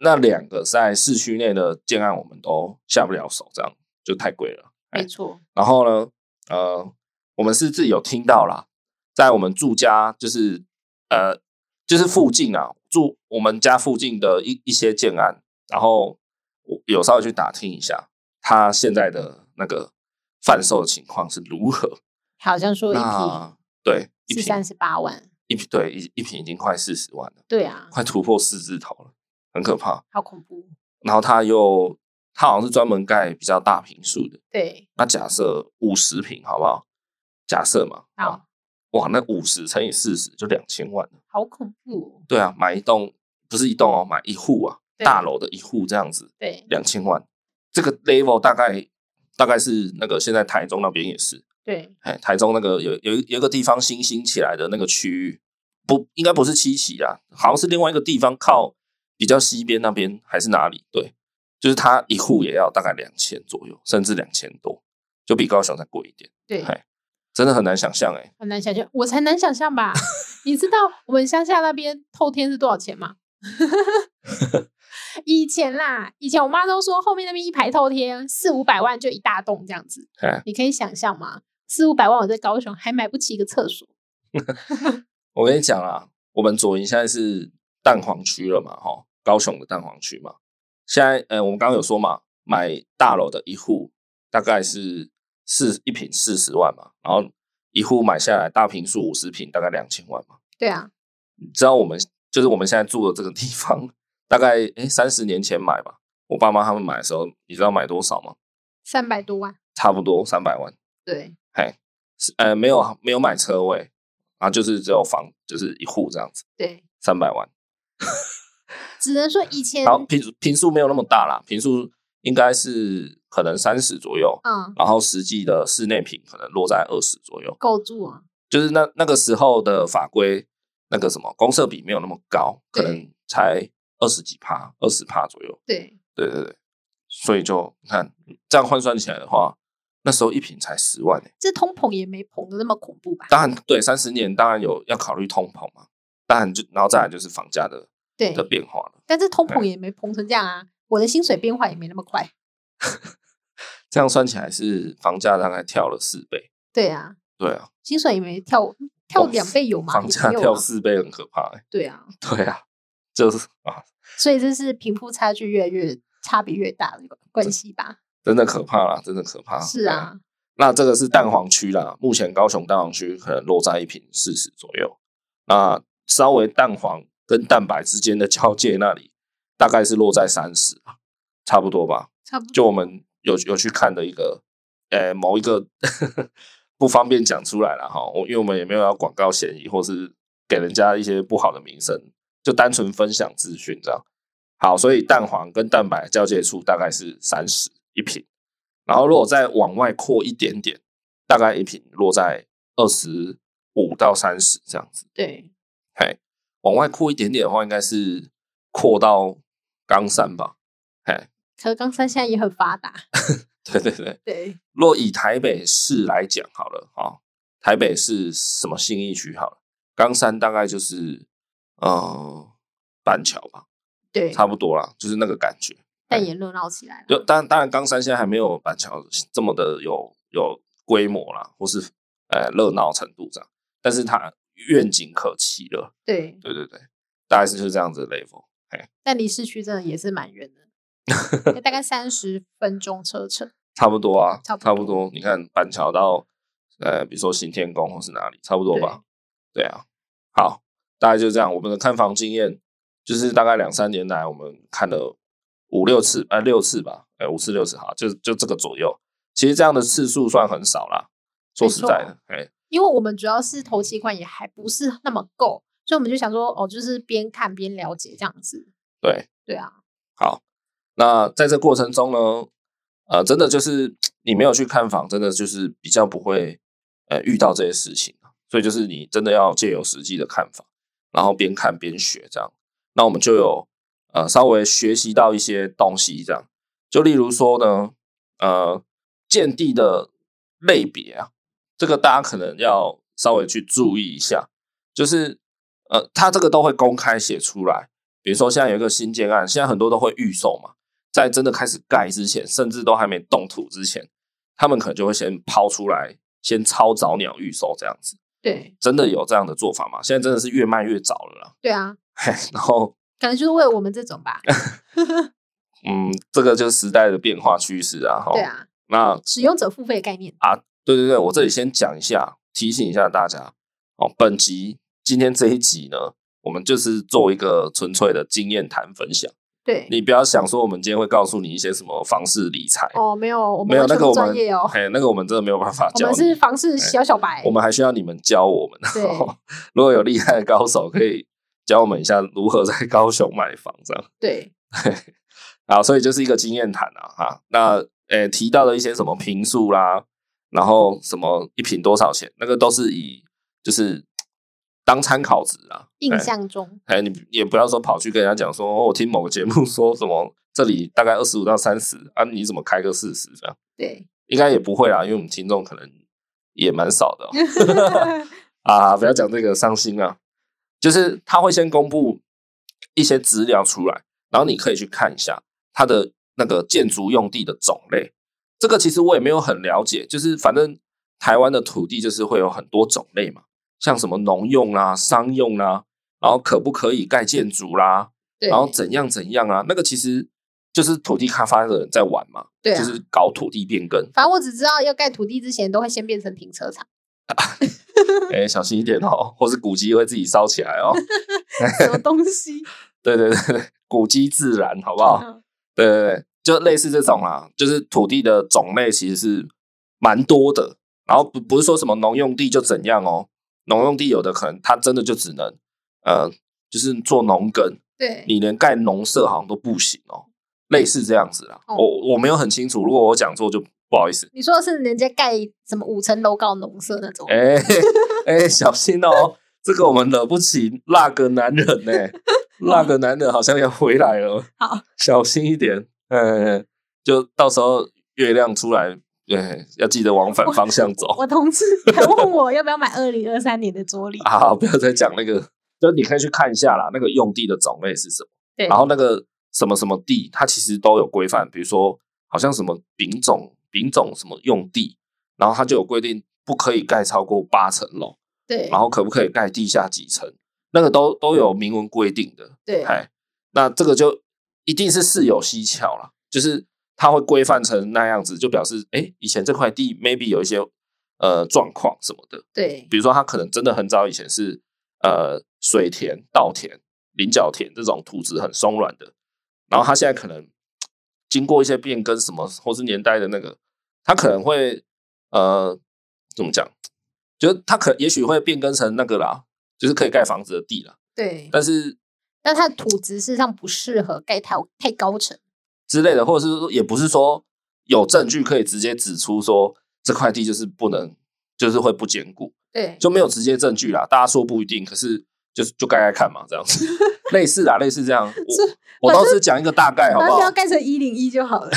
Speaker 1: 那两个在市区内的建案我们都下不了手，这样就太贵了。哎
Speaker 2: 没错，
Speaker 1: 然后呢，呃，我们是自己有听到啦，在我们住家就是呃就是附近啊，住我们家附近的一一些建案，然后我有稍微去打听一下，它现在的那个贩售的情况是如何。
Speaker 2: 好像说一
Speaker 1: 那
Speaker 2: 瓶
Speaker 1: 对一
Speaker 2: 是
Speaker 1: 瓶
Speaker 2: 三十八万。
Speaker 1: 一瓶对一一瓶已经快四十万了，
Speaker 2: 对啊，
Speaker 1: 快突破四字头了，很可怕。
Speaker 2: 好恐怖。
Speaker 1: 然后它又它好像是专门盖比较大平数的，
Speaker 2: 对，
Speaker 1: 那假设五十平好不好？假设嘛，啊
Speaker 2: 好，
Speaker 1: 哇，那五十乘以四十就两千万了
Speaker 2: 好恐怖、哦。
Speaker 1: 对啊，买一栋不是一栋哦，买一户啊，
Speaker 2: 对
Speaker 1: 大楼的一户这样子，
Speaker 2: 对
Speaker 1: 两千万，这个 level 大概大概是那个现在台中那边也是，
Speaker 2: 对
Speaker 1: 哎，台中那个有有一有一个地方新兴起来的那个区域，不应该不是七期啊，好像是另外一个地方靠比较西边那边还是哪里？对，就是它一户也要大概两千左右，甚至两千多，就比高雄再贵一点。
Speaker 2: 对，
Speaker 1: 嗨真的很难想象哎、
Speaker 2: 很难想象，我才难想象 (laughs) 吧？你知道我们乡下那边透天是多少钱吗？ (laughs) 以前啦，以前我妈都说后面那边一排透天四五百万就一大栋这样子，
Speaker 1: 哎，
Speaker 2: 你可以想象吗？四五百万我在高雄还买不起一个厕所，
Speaker 1: 我跟你讲啊，我们左营现在是蛋黄区了嘛，哈，高雄的蛋黄区嘛。现在，呃，我们刚刚有说嘛，买大楼的一户大概是四一平四十万嘛，然后一户买下来大平数五十平，大概两千万嘛。
Speaker 2: 对啊，
Speaker 1: 你知道我们就是我们现在住的这个地方，大概诶三十年前买吧，我爸妈他们买的时候，你知道买多少吗？
Speaker 2: 三百多万，
Speaker 1: 差不多三百万。
Speaker 2: 对，
Speaker 1: 是呃，没有没有买车位啊，就是只有房，就是一户这样子，
Speaker 2: 对，
Speaker 1: 三百万。
Speaker 2: 只能说以前，
Speaker 1: 然后平平数没有那么大啦，平数应该是可能三十左右，
Speaker 2: 嗯，
Speaker 1: 然后实际的室内平可能落在二十左右。
Speaker 2: 够住啊，
Speaker 1: 就是那那个时候的法规，那个什么公社比没有那么高，可
Speaker 2: 对
Speaker 1: 能才二十几趴，二十趴左右。
Speaker 2: 对，
Speaker 1: 对对对，所以就你看这样换算起来的话，那时候一平才十万、欸、
Speaker 2: 这通膨也没膨的那么恐怖吧？
Speaker 1: 当然，对三十年当然有要考虑通膨嘛，当然就然后再来就是房价的
Speaker 2: 对，
Speaker 1: 的变化了。
Speaker 2: 但这通膨也没膨成这样啊，我的薪水变化也没那么快，
Speaker 1: 这样算起来是房价大概跳了四倍。
Speaker 2: 对啊，
Speaker 1: 对啊，
Speaker 2: 薪水也没跳跳
Speaker 1: 哦
Speaker 2: 两倍有吗？
Speaker 1: 房
Speaker 2: 也
Speaker 1: 价
Speaker 2: 没有
Speaker 1: 跳
Speaker 2: 啊
Speaker 1: 四倍很可怕、欸。 (laughs)
Speaker 2: 对啊，
Speaker 1: 对啊，就是啊，
Speaker 2: 所以这是贫富差距越来越差别越大的关关系吧？
Speaker 1: 真的可怕啦，真的可怕。
Speaker 2: 是
Speaker 1: 哎呀，
Speaker 2: 啊，
Speaker 1: 那这个是蛋黄区啦，目前高雄蛋黄区可能落在一平四十左右。那稍微蛋黄跟蛋白之间的交界那里，大概是落在三十，差不多吧。
Speaker 2: 差不多
Speaker 1: 就我们有有去看的一个，呃，某一个 (laughs) 不方便讲出来了哈，我因为我们也没有要广告嫌疑，或是给人家一些不好的名声，就单纯分享资讯这样。好，所以蛋黄跟蛋白交界处大概是三十一瓶，然后如果再往外扩一点点，大概一瓶落在二十五到三十这样子。
Speaker 2: 对，
Speaker 1: 嘿，往外扩一点点的话，应该是扩到冈山吧？嘿， (laughs)
Speaker 2: 可是冈山现在也很发达，
Speaker 1: 对对对，
Speaker 2: 对
Speaker 1: 若以台北市来讲好了，啊、台北市什么信义区好了，冈山大概就是呃板桥吧，
Speaker 2: 对，
Speaker 1: 差不多啦，就是那个感觉。
Speaker 2: 但也热闹起来
Speaker 1: 就
Speaker 2: 了，
Speaker 1: 当当然，冈山现在还没有板桥这么的有有规模啦，或是呃热闹程度这样，但是它愿景可期了。
Speaker 2: 对，
Speaker 1: 对对对，大概是就是这样子的 level。嘿，
Speaker 2: 但离市区真的也是蛮远
Speaker 1: (laughs)
Speaker 2: 的，大概三十分钟车程，
Speaker 1: 差不多啊，
Speaker 2: 差不
Speaker 1: 差
Speaker 2: 多
Speaker 1: 不多。你看板桥到呃，比如说行天宫或是哪里，差不多吧？对啊，好，大概就这样。我们的看房经验就是大概两三年来，我们看了五六次，呃，六次吧，哎、五次六次，好，就就这个左右。其实这样的次数算很少啦，说实在的，哎、
Speaker 2: 因为我们主要是投期款也还不是那么够，所以我们就想说，哦，就是边看边了解这样子，
Speaker 1: 对，
Speaker 2: 对啊，
Speaker 1: 好。那在这过程中呢，呃，真的就是你没有去看房，真的就是比较不会呃遇到这些事情啊所以就是你真的要借由实际的看法，然后边看边学这样。那我们就有呃稍微学习到一些东西这样。就例如说呢，呃，建地的类别啊，这个大家可能要稍微去注意一下，就是呃，它这个都会公开写出来。比如说现在有一个新建案，现在很多都会预售嘛，在真的开始盖之前，甚至都还没动土之前，他们可能就会先抛出来，先超早鸟预售这样子。
Speaker 2: 对
Speaker 1: 真的有这样的做法吗？现在真的是越卖越早了啦。 (laughs)
Speaker 2: 对啊，
Speaker 1: 嘿，然后
Speaker 2: 可能就是为我们这种吧，
Speaker 1: 嗯，这个就是时代的变化趋势啊。哈
Speaker 2: 对，啊，
Speaker 1: 那
Speaker 2: 使用者付费的概念，
Speaker 1: 对对对，我这里先讲一下，提醒一下大家哦。本集今天这一集呢，我们就是做一个纯粹的经验谈分享。
Speaker 2: 对，
Speaker 1: 你不要想说我们今天会告诉你一些什么房市理财，
Speaker 2: 哦，没有，我们
Speaker 1: 没有
Speaker 2: 完
Speaker 1: 那
Speaker 2: 全
Speaker 1: 个
Speaker 2: 不
Speaker 1: 我
Speaker 2: 专
Speaker 1: 们
Speaker 2: 业哦，
Speaker 1: 哎，那个我们真的没有办法
Speaker 2: 我
Speaker 1: 教
Speaker 2: 们
Speaker 1: 你哎
Speaker 2: 是，房市小小白，
Speaker 1: 我们还需要你们教我们。
Speaker 2: 对
Speaker 1: (laughs) 如果有厉害的高手，可以教我们一下如何在高雄买房这样。
Speaker 2: 对
Speaker 1: 啊，所以就是一个经验谈啊，哈、那诶、提到的一些什么平数啦，然后什么一平多少钱，那个都是以就是当参考值啊。
Speaker 2: 印象中，
Speaker 1: 哎，你也不要说跑去跟人家讲说，哦我听某个节目说什么这里大概二十五到三十啊，你怎么开个四十这样？ (laughs)
Speaker 2: 对， (laughs)
Speaker 1: 应该也不会啦，因为我们听众可能也蛮少的哦、
Speaker 2: 嗯
Speaker 1: 啊，不要讲这个伤心啊，就是他会先公布一些资料出来，然后你可以去看一下它的那个建筑用地的种类。这个其实我也没有很了解，就是反正台湾的土地就是会有很多种类嘛，像什么农用啦、商用啦，然后可不可以盖建筑啦，
Speaker 2: 对，
Speaker 1: 然后怎样怎样啊，那个其实就是土地开发的人在玩嘛，
Speaker 2: 对啊
Speaker 1: 就是搞土地变更。
Speaker 2: 反正我只知道要盖土地之前都会先变成停车场，
Speaker 1: 哎、小心一点哦，或是古迹会自己烧起来哦。 (laughs)
Speaker 2: 什么东西，
Speaker 1: 对对对对，古迹自然，好不好？
Speaker 2: 嗯
Speaker 1: 对对对，就类似这种啦，就是土地的种类其实是蛮多的，然后不不是说什么农用地就怎样哦，农用地有的可能它真的就只能呃，就是做农耕，
Speaker 2: 对，
Speaker 1: 你连盖农舍好像都不行哦，类似这样子啦。
Speaker 2: 哦
Speaker 1: 我我没有很清楚，如果我讲错就不好意思。
Speaker 2: 你说的是人家盖什么五层楼高农舍那种？
Speaker 1: 哎哎、小心哦，这个我们惹不起那个男人呢、那个男人好像要回来了，
Speaker 2: 哦好，
Speaker 1: 小心一点，呃、就到时候月亮出来，对、要记得往反方向走
Speaker 2: 我
Speaker 1: (laughs)
Speaker 2: 同事还问我要不要买二零二三年的桌历，
Speaker 1: 啊！不要再讲那个，就你可以去看一下啦，那个用地的种类是什么，
Speaker 2: 对，
Speaker 1: 然后那个什么什么地，它其实都有规范，比如说好像什么丙种丙种什么用地，然后它就有规定不可以盖超过八层楼。
Speaker 2: 对嗯
Speaker 1: 然后可不可以盖地下几层，那个都都有明文规定的。
Speaker 2: 对
Speaker 1: 哎，那这个就一定是事有蹊跷啦，就是它会规范成那样子，就表示哎，诶以前这块地 maybe 有一些呃状况什么的，
Speaker 2: 对
Speaker 1: 比如说它可能真的很早以前是呃水田、稻田、菱角田这种土质很松软的，然后它现在可能嘖经过一些变更什么，或是年代的那个，它可能会呃怎么讲，就是它可也许会变更成那个啦，就是可以盖房子的地啦，
Speaker 2: 对，
Speaker 1: 但是
Speaker 2: 但它的土质事实上不适合盖太太高层，
Speaker 1: 之类的，或者是说也不是说有证据可以直接指出说这块地就是不能，就是会不坚固。
Speaker 2: 对
Speaker 1: 就没有直接证据啦，大家说不一定，可是就是就盖盖看嘛，这样
Speaker 2: (laughs)
Speaker 1: 子，类似啦，类似这样，我我
Speaker 2: 反
Speaker 1: 都
Speaker 2: 正
Speaker 1: 是讲一个大概，好
Speaker 2: 然
Speaker 1: 不好
Speaker 2: 后不要？盖成一零一就好了。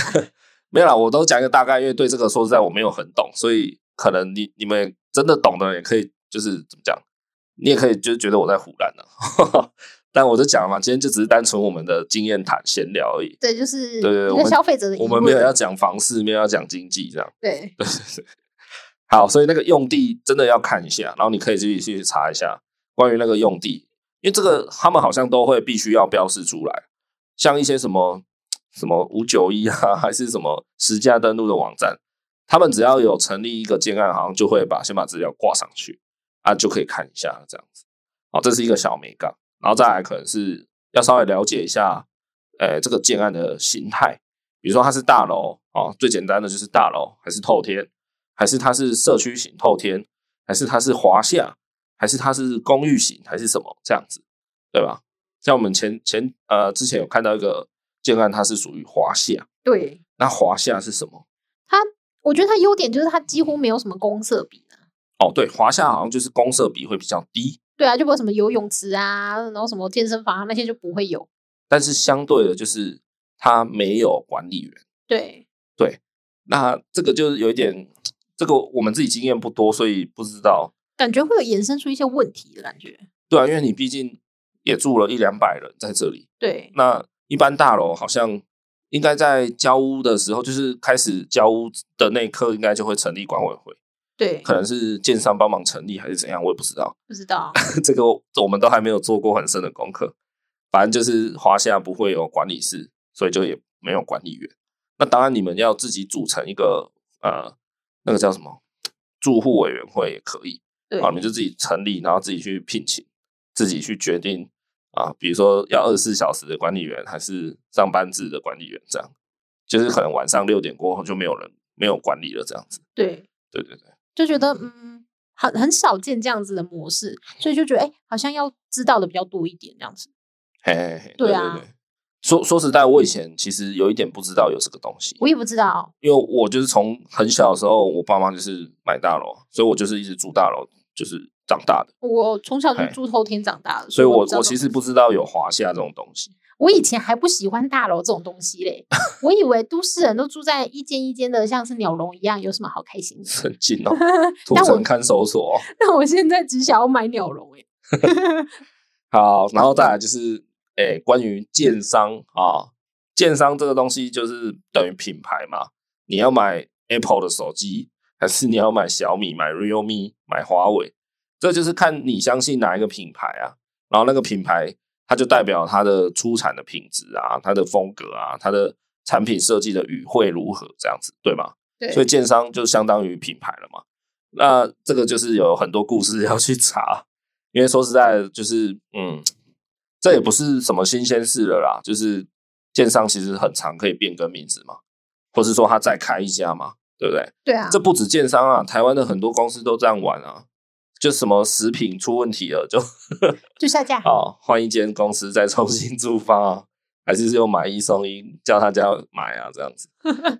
Speaker 1: 没有啦，我都讲一个大概，因为对这个说实在我没有很懂，所以可能你你们真的懂的人也可以，就是怎么讲，你也可以就是觉得我在胡乱呢， (laughs) 但我就讲了嘛，今天就只是单纯我们的经验谈闲聊而已，
Speaker 2: 对，就是
Speaker 1: 对对对
Speaker 2: 一
Speaker 1: 我
Speaker 2: 个
Speaker 1: 们
Speaker 2: 消费者的疑
Speaker 1: 我
Speaker 2: 问。
Speaker 1: 们没有 (laughs) 要讲房市，没有要讲经济这样。
Speaker 2: 对
Speaker 1: 好，所以那个用地真的要看一下，然后你可以自己去查一下关于那个用地，因为这个他们好像都会必须要标示出来，像一些什么什么五九一啊， (laughs) 还是什么实价登录的网站，他们只要有成立一个建案，好像就会把先把资料挂上去啊，就可以看一下这样子。好，这是一个小美感，然后再来可能是要稍微了解一下，呃，这个建案的形态，比如说它是大楼啊、哦，最简单的就是大楼，还是透天，还是它是社区型透天，还是它是华夏，还是它是公寓型，还是什么这样子，对吧？像我们前前呃之前有看到一个建案，它是属于华夏，
Speaker 2: 对，
Speaker 1: 那华夏是什么？
Speaker 2: 我觉得它优点就是它几乎没有什么公社比啊
Speaker 1: 哦，对，华夏好像就是公社比会比较低，
Speaker 2: 对啊，就不会什么游泳池啊，然后什么健身房啊那些就不会有。
Speaker 1: 但是相对的，就是它没有管理员。
Speaker 2: 对
Speaker 1: 那这个就是有一点，这个我们自己经验不多，所以不知道。
Speaker 2: 感觉会有衍生出一些问题的感觉。
Speaker 1: 对啊，因为你毕竟也住了一两百人在这里，
Speaker 2: 对
Speaker 1: 那一般大楼好像应该在交屋的时候，就是开始交屋的那一刻，应该就会成立管委会，
Speaker 2: 对，
Speaker 1: 可能是建商帮忙成立还是怎样，我也不知道。 (laughs)
Speaker 2: 不知道。
Speaker 1: 这个我们都还没有做过很深的功课。反正就是华夏不会有管理室，所以就也没有管理员。那当然，你们要自己组成一个呃，那个叫什么住户委员会也可以
Speaker 2: 对
Speaker 1: 啊，你们就自己成立，然后自己去聘请，自己去决定啊，比如说要二十四小时的管理员，还是上班制的管理员，这样就是可能晚上六点过后就没有人没有管理了，这样子。
Speaker 2: 对，
Speaker 1: 对对对，
Speaker 2: 就觉得嗯，很很少见这样子的模式，所以就觉得哎、好像要知道的比较多一点这样子。
Speaker 1: 嘿嘿嘿，
Speaker 2: 对
Speaker 1: 对
Speaker 2: 啊
Speaker 1: 对。说说实在，我以前其实有一点不知道有这个东西，
Speaker 2: 我也不知道，
Speaker 1: 因为我就是从很小的时候，我爸妈就是买大楼，所以我就是一直住大楼，就是长大的，
Speaker 2: 我从小就
Speaker 1: 哎
Speaker 2: 住透天长大的，
Speaker 1: 所以我
Speaker 2: 不知道
Speaker 1: 我
Speaker 2: 这
Speaker 1: 其
Speaker 2: 种
Speaker 1: 实不知道有华夏这种东西。 (laughs)
Speaker 2: 我以前还不喜欢大楼这种东西嘞，我以为都市人都住在一间一间的，像是鸟笼一样，有什么好开心的？ (laughs)
Speaker 1: 神经哦，土
Speaker 2: 但我
Speaker 1: 城看守所哦、
Speaker 2: 但我现在只想要买鸟笼哎，
Speaker 1: 好，然后再来就是，诶、关于建商啊，建商这个东西就是等于品牌嘛。你要买 Apple 的手机，还是你要买小米、买 Realme、买华为？这就是看你相信哪一个品牌啊。然后那个品牌，它就代表它的出产的品质啊，它的风格啊，它的产品设计的语汇如何，这样子对吗？
Speaker 2: 对，
Speaker 1: 所以建商就相当于品牌了嘛。那这个就是有很多故事要去查，因为说实在的，就是嗯，这也不是什么新鲜事了啦。就是建商其实很常可以变更名字嘛，或是说他再开一家嘛，对不对？
Speaker 2: 对啊，
Speaker 1: 这不止建商啊，台湾的很多公司都这样玩啊。就什么食品出问题了，就
Speaker 2: 就
Speaker 1: (laughs)
Speaker 2: 下架。
Speaker 1: 啊换一间公司再重新出发、啊，还是又买一送一，叫他家买啊，这样子，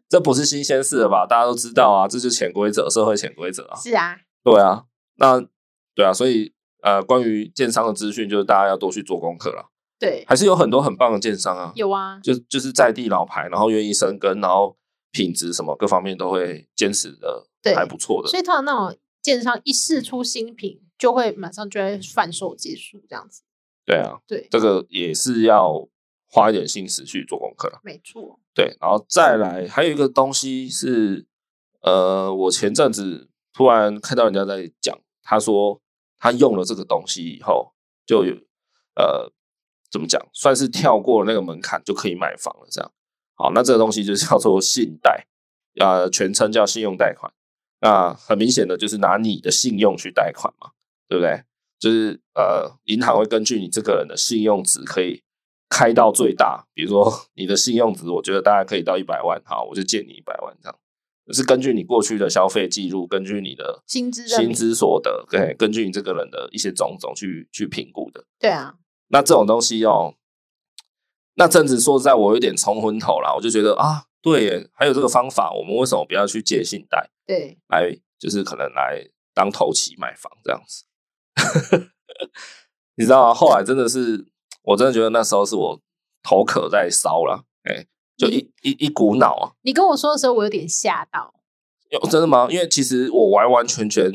Speaker 1: 这不是新鲜事了吧？大家都知道啊，这就是潜规则，社会潜规则啊。
Speaker 2: 是啊，
Speaker 1: 对啊，那对啊，所以呃，关于建商的资讯，就是大家要多去做功课啦。
Speaker 2: 对，
Speaker 1: 还是有很多很棒的建商啊，
Speaker 2: 有啊，
Speaker 1: 就就是在地老牌，然后愿意生根，然后品质什么各方面都会坚持的，
Speaker 2: 对
Speaker 1: 还不错的。
Speaker 2: 所以通常那种建商一试出新品，就会马上就会贩售结束这样子。
Speaker 1: 对啊，
Speaker 2: 对，
Speaker 1: 这个也是要花一点心思去做功课啦。
Speaker 2: 没错，
Speaker 1: 对，然后再来还有一个东西是，呃，我前阵子突然看到人家在讲，他说他用了这个东西以后，就有呃怎么讲，算是跳过那个门槛就可以买房了，这样。好，那这个东西就叫做信贷，呃，全称叫信用贷款。那很明显的就是拿你的信用去贷款嘛，对不对？就是呃，银行会根据你这个人的信用值可以开到最大，比如说 (laughs) 你的信用值，我觉得大概可以到一百万，好，我就借你一百万这样。就是根据你过去的消费记录，根据你的
Speaker 2: 薪资认
Speaker 1: 薪
Speaker 2: 明
Speaker 1: 资所得，对，根据你这个人的一些种种去去评估的。
Speaker 2: 对啊，
Speaker 1: 那这种东西哦，那阵子说实在，我有点冲昏头啦，我就觉得啊，对耶，还有这个方法，我们为什么不要去借信贷
Speaker 2: 对，
Speaker 1: 来，就是可能来当头期买房这样子？ (laughs) 你知道吗？后来真的是，我真的觉得那时候是我头壳在烧了，哎、就一一一股脑啊，
Speaker 2: 你跟我说的时候，我有点吓到。
Speaker 1: 有真的吗？因为其实我完完全全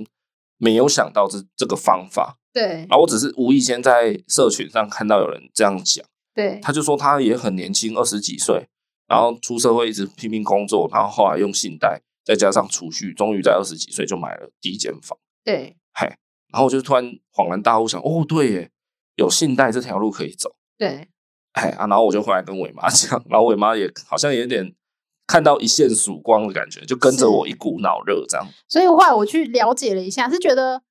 Speaker 1: 没有想到这这个方法，
Speaker 2: 对
Speaker 1: 然后我只是无意间在社群上看到有人这样讲。
Speaker 2: 对
Speaker 1: 他就说他也很年轻，二十几岁，然后出社会一直拼命工作，然后后来用信贷再加上储蓄，终于在二十几岁就买了第一间房。
Speaker 2: 对
Speaker 1: 然后我就突然恍然大悟，想哦，对耶，有信贷这条路可以走。
Speaker 2: 对，
Speaker 1: 哎啊，然后我就回来跟伟妈讲，然后伟妈也好像有点看到一线曙光的感觉，就跟
Speaker 2: 是
Speaker 1: 着我一股脑热这样。
Speaker 2: 所以后来我去了解了一下，是觉得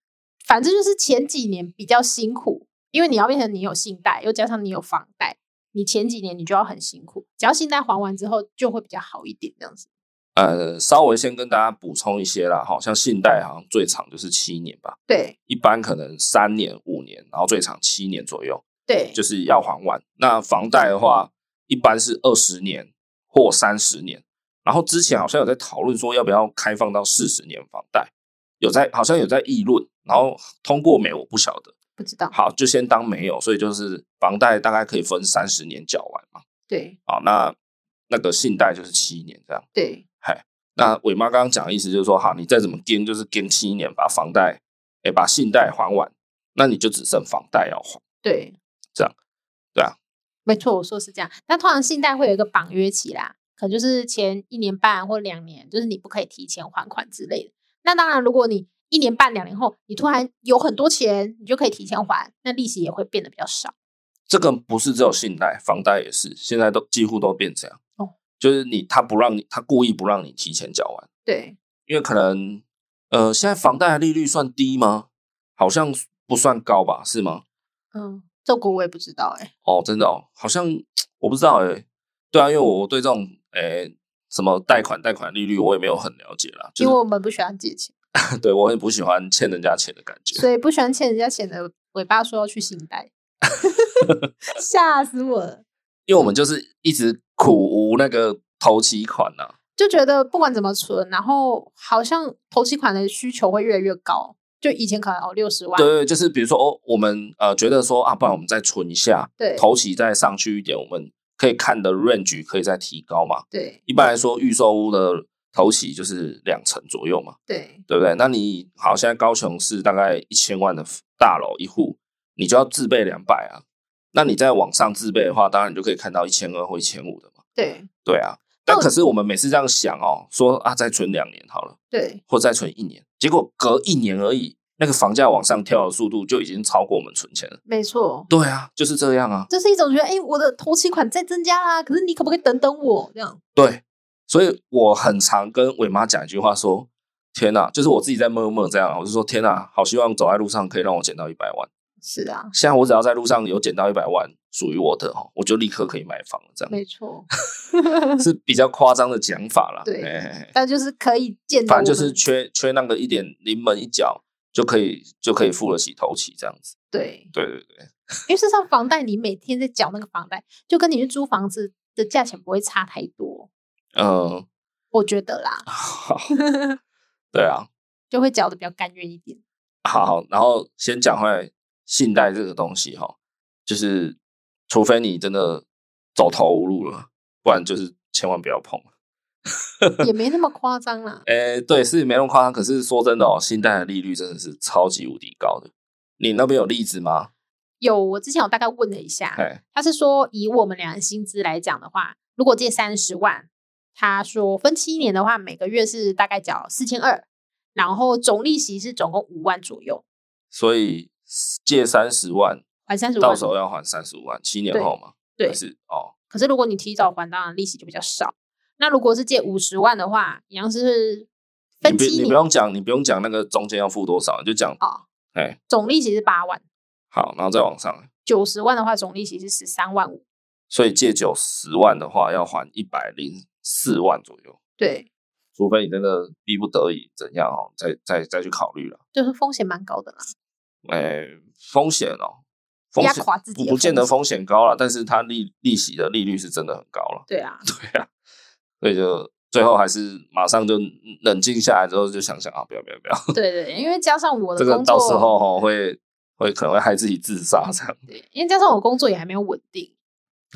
Speaker 2: 反正就是前几年比较辛苦，因为你要变成你有信贷，又加上你有房贷，你前几年你就要很辛苦。只要信贷还完之后，就会比较好一点，这样子。
Speaker 1: 呃，稍微先跟大家补充一些啦，好像信贷好像最长就是七年吧，
Speaker 2: 对
Speaker 1: 一般可能三年、五年，然后最长七年左右。
Speaker 2: 对
Speaker 1: 就是要还完。那房贷的话，一般是二十年或三十年。然后之前好像有在讨论说要不要开放到四十年房贷，有在好像有在议论，然后通过没我不晓得。
Speaker 2: 不知道。
Speaker 1: 好，就先当没有，所以就是房贷大概可以分三十年缴完嘛。
Speaker 2: 对
Speaker 1: 好，那那个信贷就是七年这样。
Speaker 2: 对
Speaker 1: 那伟妈刚刚讲的意思就是说，好，你再怎么跟，就是跟七年把房贷，哎，把信贷还完，那你就只剩房贷要还。
Speaker 2: 对，
Speaker 1: 这样对啊，
Speaker 2: 没错，我说是这样。但通常信贷会有一个绑约期啦，可能就是前一年半或两年，就是你不可以提前还款之类的。那当然，如果你一年半、两年后，你突然有很多钱，你就可以提前还，那利息也会变得比较少。
Speaker 1: 这个不是只有信贷，房贷也是，现在都几乎都变这样。
Speaker 2: 哦，
Speaker 1: 就是你他不让你，他故意不让你提前缴完，
Speaker 2: 对，
Speaker 1: 因为可能呃，现在房贷的利率算低吗？好像不算高吧，是吗？
Speaker 2: 嗯，这个我也不知道哎、
Speaker 1: 哦，真的哦，好像我不知道诶、对啊，因为我我对这种诶、什么贷款贷款利率我也没有很了解啦，
Speaker 2: 因为
Speaker 1: 就
Speaker 2: 我们不喜欢借钱，
Speaker 1: 是对我很不喜欢欠人家钱的感觉。
Speaker 2: 所以不喜欢欠人家钱的尾巴说要去信
Speaker 1: (laughs)
Speaker 2: 贷，吓死我了！
Speaker 1: 因为我们就是一直苦无那个头期款呐、
Speaker 2: 就觉得不管怎么存，然后好像投期款的需求会越来越高，就以前可能哦六十万，
Speaker 1: 对对，就是比如说哦，我们呃觉得说啊，不然我们再存一下，
Speaker 2: 对
Speaker 1: 头期再上去一点，我们可以看的 range 可以再提高嘛。
Speaker 2: 对
Speaker 1: 一般来说，预售屋的头期就是两成左右嘛，
Speaker 2: 对
Speaker 1: 对不对？那你好，现在高雄市大概一千万的大楼一户，你就要自备两百啊。那你再往上自备的话，当然你就可以看到一千二或一千五的嘛。
Speaker 2: 对
Speaker 1: 对啊，
Speaker 2: 那
Speaker 1: 但
Speaker 2: 我
Speaker 1: 可是我们每次这样想哦，说啊，再存两年好了，
Speaker 2: 对，
Speaker 1: 或再存一年，结果隔一年而已，那个房价往上跳的速度就已经超过我们存钱了。
Speaker 2: 没错，
Speaker 1: 对啊，就是这样啊。
Speaker 2: 这是一种觉得哎、诶我的头期款在增加啦，可是你可不可以等等我这样？
Speaker 1: 对，所以我很常跟伟妈讲一句话说：“天哪、就是我自己在默默这样啊，我就说天哪、好希望走在路上可以让我捡到一百万。
Speaker 2: 是啊，
Speaker 1: 现在我只要在路上有捡到一百万属于我的哈，我就立刻可以买房了。这样 (laughs)
Speaker 2: 没错，
Speaker 1: 是比较夸张的讲法啦。
Speaker 2: (laughs) 对
Speaker 1: 嘿嘿嘿
Speaker 2: 但就是可以见到我
Speaker 1: 反
Speaker 2: 们，
Speaker 1: 正就是缺缺那个一点临门一脚就可以就可以付得起头期这样子。
Speaker 2: 对，
Speaker 1: 对对对，
Speaker 2: 因为事实上房贷你每天在缴那个房贷，就跟你去租房子的价钱不会差太多，
Speaker 1: 嗯、 (laughs)
Speaker 2: 我觉得啦， (laughs)
Speaker 1: 好，对啊，
Speaker 2: 就会缴的比较甘愿一点。
Speaker 1: 好，然后先讲回来信贷这个东西哈，就是除非你真的走投无路了，不然就是千万不要碰。
Speaker 2: 也没那么夸张啦。
Speaker 1: 诶，对，是没那么夸张，可是说真的哦，信贷的利率真的是超级无敌高的。你那边有例子吗？
Speaker 2: 有，我之前有大概问了
Speaker 1: (laughs)
Speaker 2: 一下，
Speaker 1: 哎，
Speaker 2: 他是说以我们俩的薪资来讲的话，如果借三十万，他说分七年的话，每个月是大概缴四千二，然后总利息是总共五万左右，
Speaker 1: 所以借三十万，
Speaker 2: 还三十
Speaker 1: 到
Speaker 2: 万
Speaker 1: 时。候要还三十五万，七年
Speaker 2: 对
Speaker 1: 后嘛？
Speaker 2: 对
Speaker 1: 还是哦，
Speaker 2: 可是如果你提早还，当然利息就比较少。那如果是借五十万的话，一样是分
Speaker 1: 你不
Speaker 2: 七
Speaker 1: 你不
Speaker 2: 年，
Speaker 1: 用讲，你不用讲那个中间要付多少，你就讲
Speaker 2: 哦，
Speaker 1: 哎
Speaker 2: 总利息是八万，
Speaker 1: 好，然后再往上。
Speaker 2: 九十万的话，总利息是十三万五。
Speaker 1: 所以借九十万的话，要还一百零四万左右，
Speaker 2: 对，
Speaker 1: 除非你真的逼不得已怎样哦，再再再去考虑了。
Speaker 2: 就是风险蛮高的啦，
Speaker 1: 哎、风险哦，风
Speaker 2: 压
Speaker 1: 险
Speaker 2: 垮自己
Speaker 1: 不
Speaker 2: 的
Speaker 1: 不见得
Speaker 2: 风
Speaker 1: 风险高了，但是它利利息的利率是真的很高了，
Speaker 2: 对啊，
Speaker 1: 所以就最后还是马上就冷静下来之后，就想想啊，不要不要不要，
Speaker 2: 对对，因为加上我的
Speaker 1: 这个
Speaker 2: 工
Speaker 1: 到
Speaker 2: 作，
Speaker 1: 时候哦会会可能会害自己自杀这样
Speaker 2: 对，因为加上我工作也还没有稳定，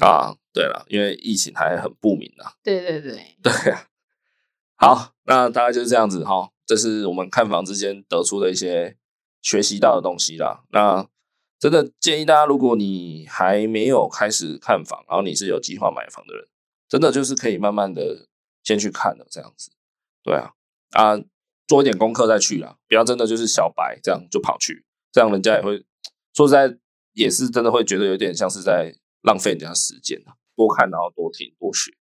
Speaker 1: 啊。对了，因为疫情还很不明啊。
Speaker 2: 对对对，
Speaker 1: 好，那大概就是这样子哈，这是我们看房之间得出的一些学习到的东西啦。那真的建议大家，如果你还没有开始看房，然后你是有计划买房的人，真的就是可以慢慢的先去看的这样子。对啊，啊，做一点功课再去啦，不要真的就是小白这样就跑去，这样人家也会说实在也是真的会觉得有点像是在浪费人家时间啊多看，然后多听多学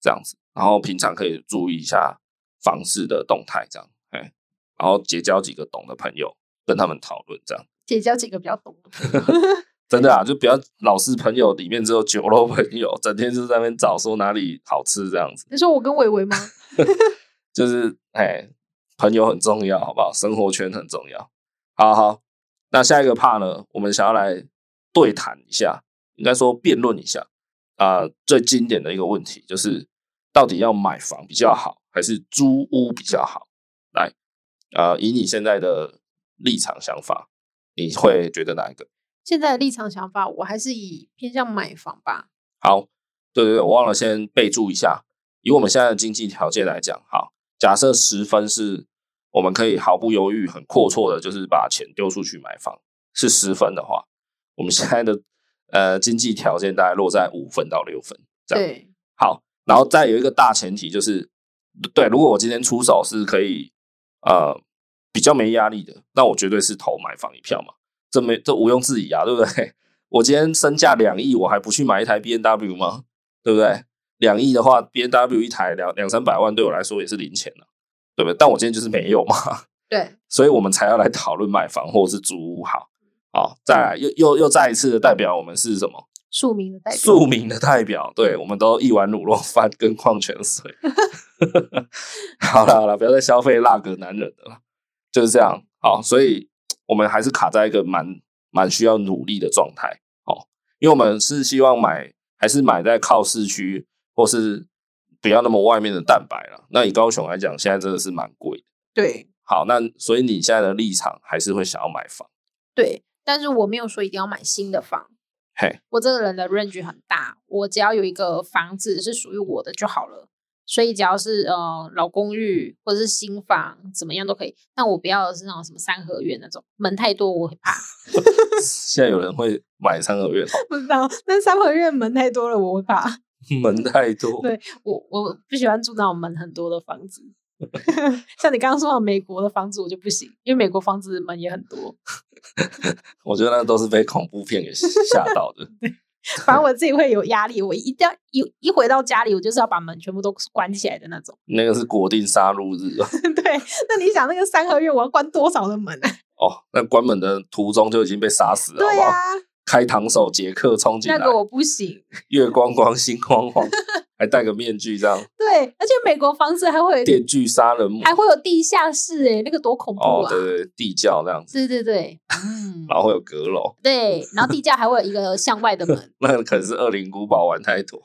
Speaker 1: 这样子，然后平常可以注意一下房市的动态这样，哎，然后结交几个懂的朋友，跟他们讨论这样。
Speaker 2: 结交几个比较懂的 (laughs) 朋友，
Speaker 1: 真的啊，就不要老是朋友里面只有酒肉朋友，整天就在那边找说哪里好吃这样子。
Speaker 2: 你说我跟伟伟吗？
Speaker 1: 就是哎，朋友很重要，好不好？生活圈很重要。好好，那下一个 part 呢，我们想要来对谈一下，应该说辩论一下啊、最经典的一个问题就是，到底要买房比较好，还是租屋比较好？来，呃，以你现在的立场想法，你会觉得哪一个？
Speaker 2: 现在的立场想法，我还是以偏向买房吧。
Speaker 1: 好，对对对，我忘了先备注一下，以我们现在的经济条件来讲，好，假设十分是我们可以毫不犹豫、很阔绰的，就是把钱丢出去买房，是十分的话，我们现在的呃经济条件大概落在五分到六分这样。
Speaker 2: 对
Speaker 1: 好，然后再有一个大前提就是，对，如果我今天出手是可以呃比较没压力的，那我绝对是投买房一票嘛，这没这毋庸置疑啊，对不对？ (laughs) 我今天身价两亿，我还不去买一台 B N W 吗？对不对？两亿的话，B N W 一台两两三百万对我来说也是零钱了、啊对不对？但我今天就是没有嘛， (laughs)
Speaker 2: 对
Speaker 1: 所以我们才要来讨论买房或者是租屋好。好，再来又又又再一次的代表我们是什么？
Speaker 2: 庶民的代表，
Speaker 1: 庶民的代表，对，我们都一碗卤肉饭跟矿泉水。 (laughs) 好了好了，不要再消费那个男人了啦，就是这样。好，所以我们还是卡在一个蛮蛮需要努力的状态哦，因为我们是希望买还是买在靠市区或是不要那么外面的蛋白了。那以高雄来讲，现在真的是蛮贵的。
Speaker 2: 对
Speaker 1: 好，那所以你现在的立场还是会想要买房， (laughs)
Speaker 2: 对，但是我没有说一定要买新的房。
Speaker 1: 嘿，
Speaker 2: 我这个人的 range 很大，我只要有一个房子是属于我的就好了。所以只要是呃老公寓或者是新房，怎么样都可以。但我不要是那种什么三合院那种，门太多我很怕。
Speaker 1: 现在有人会买三合院哦，
Speaker 2: 不知道，但三合院门太多了我会怕。
Speaker 1: 门太多，
Speaker 2: 对我我不喜欢住那种门很多的房
Speaker 1: (laughs)
Speaker 2: 子。像你刚刚说到美国的房子我就不行，因为美国房子门也很多。
Speaker 1: 我觉得那都是被恐怖片给吓到
Speaker 2: (laughs)
Speaker 1: 的。
Speaker 2: 反正我自己会有压力，我一定要一一回到家里，我就是要把门全部都关起来的那种。 (laughs)
Speaker 1: 那个是国定杀戮日啊
Speaker 2: 对，那你想那个三合院，我要关多少的门
Speaker 1: (laughs)
Speaker 2: 啊？
Speaker 1: 哦，那关门的途中就已经被杀死了，好
Speaker 2: 对
Speaker 1: 不
Speaker 2: 呀、
Speaker 1: 好？开膛手杰克冲进
Speaker 2: 那
Speaker 1: 来，
Speaker 2: 个我不行。
Speaker 1: 月光光、星
Speaker 2: (laughs)
Speaker 1: 光光，还戴个面具这样，
Speaker 2: 对，而且美国房子还会有
Speaker 1: 电锯杀人魔，
Speaker 2: 还会有地下室、欸，那个多恐怖
Speaker 1: 哦，
Speaker 2: 啊！
Speaker 1: 对对对，地窖这样子，
Speaker 2: 对对
Speaker 1: (laughs)
Speaker 2: 对，嗯，
Speaker 1: 然后会有阁楼，。
Speaker 2: 对，然后地下还会有一个向外的门
Speaker 1: (laughs) 那可能是恶灵古堡玩太
Speaker 2: (laughs)
Speaker 1: 多。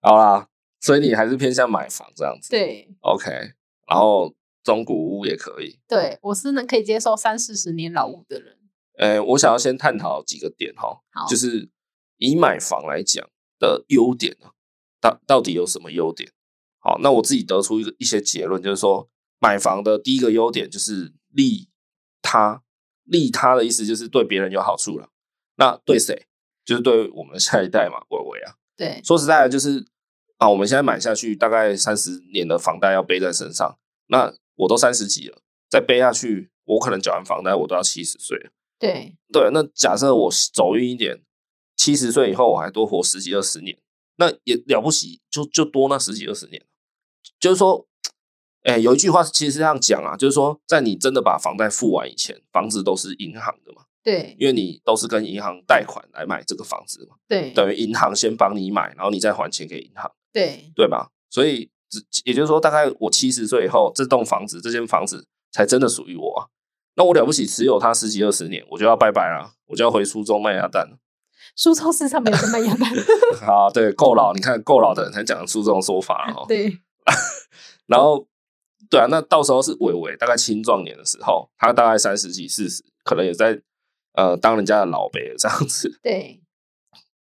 Speaker 1: 好啦，所以你还是偏向买房这样子
Speaker 2: 对
Speaker 1: ，OK？然后中古屋也可以。
Speaker 2: 对，我是能可以接受三四十年老屋的人。
Speaker 1: 呃，我想要先探讨几个点哈，
Speaker 2: 好，
Speaker 1: 就是以买房来讲的优点呢，到到底有什么优点？好，那我自己得出一个一些结论，就是说买房的第一个优点就是利他，利他的意思就是对别人有好处了。那对谁？就是对我们的下一代嘛，伟伟啊。
Speaker 2: 对
Speaker 1: 说实在的，就是啊，我们现在买下去大概三十年的房贷要背在身上，那我都三十几了，再背下去，我可能缴完房贷我都要七十岁了。
Speaker 2: 对
Speaker 1: 对，那假设我走运一点，七十岁以后我还多活十几二十年，那也了不起，就就多那十几二十年。就是说，哎、有一句话其实是这样讲啊，就是说，在你真的把房贷付完以前，房子都是银行的嘛，
Speaker 2: 对
Speaker 1: 因为你都是跟银行贷款来买这个房子嘛，
Speaker 2: 对
Speaker 1: 等于银行先帮你买，然后你再还钱给银行， (laughs)
Speaker 2: 对
Speaker 1: 对吧？所以，只也就是说，大概我七十岁以后，这栋房子、这间房子才真的属于我啊。那我了不起持有它十几二十年，我就要拜拜啦，我就要回苏州卖鸭蛋了。
Speaker 2: 苏州市场没有这么
Speaker 1: (laughs)
Speaker 2: 样的
Speaker 1: 好，对，够老，你看够老的人才讲得出这种说法哦。
Speaker 2: 对
Speaker 1: 然后，对啊，那到时候是伟伟大概青壮年的时候，他大概三十几、四十，可能也在呃当人家的老辈这样子。
Speaker 2: 对，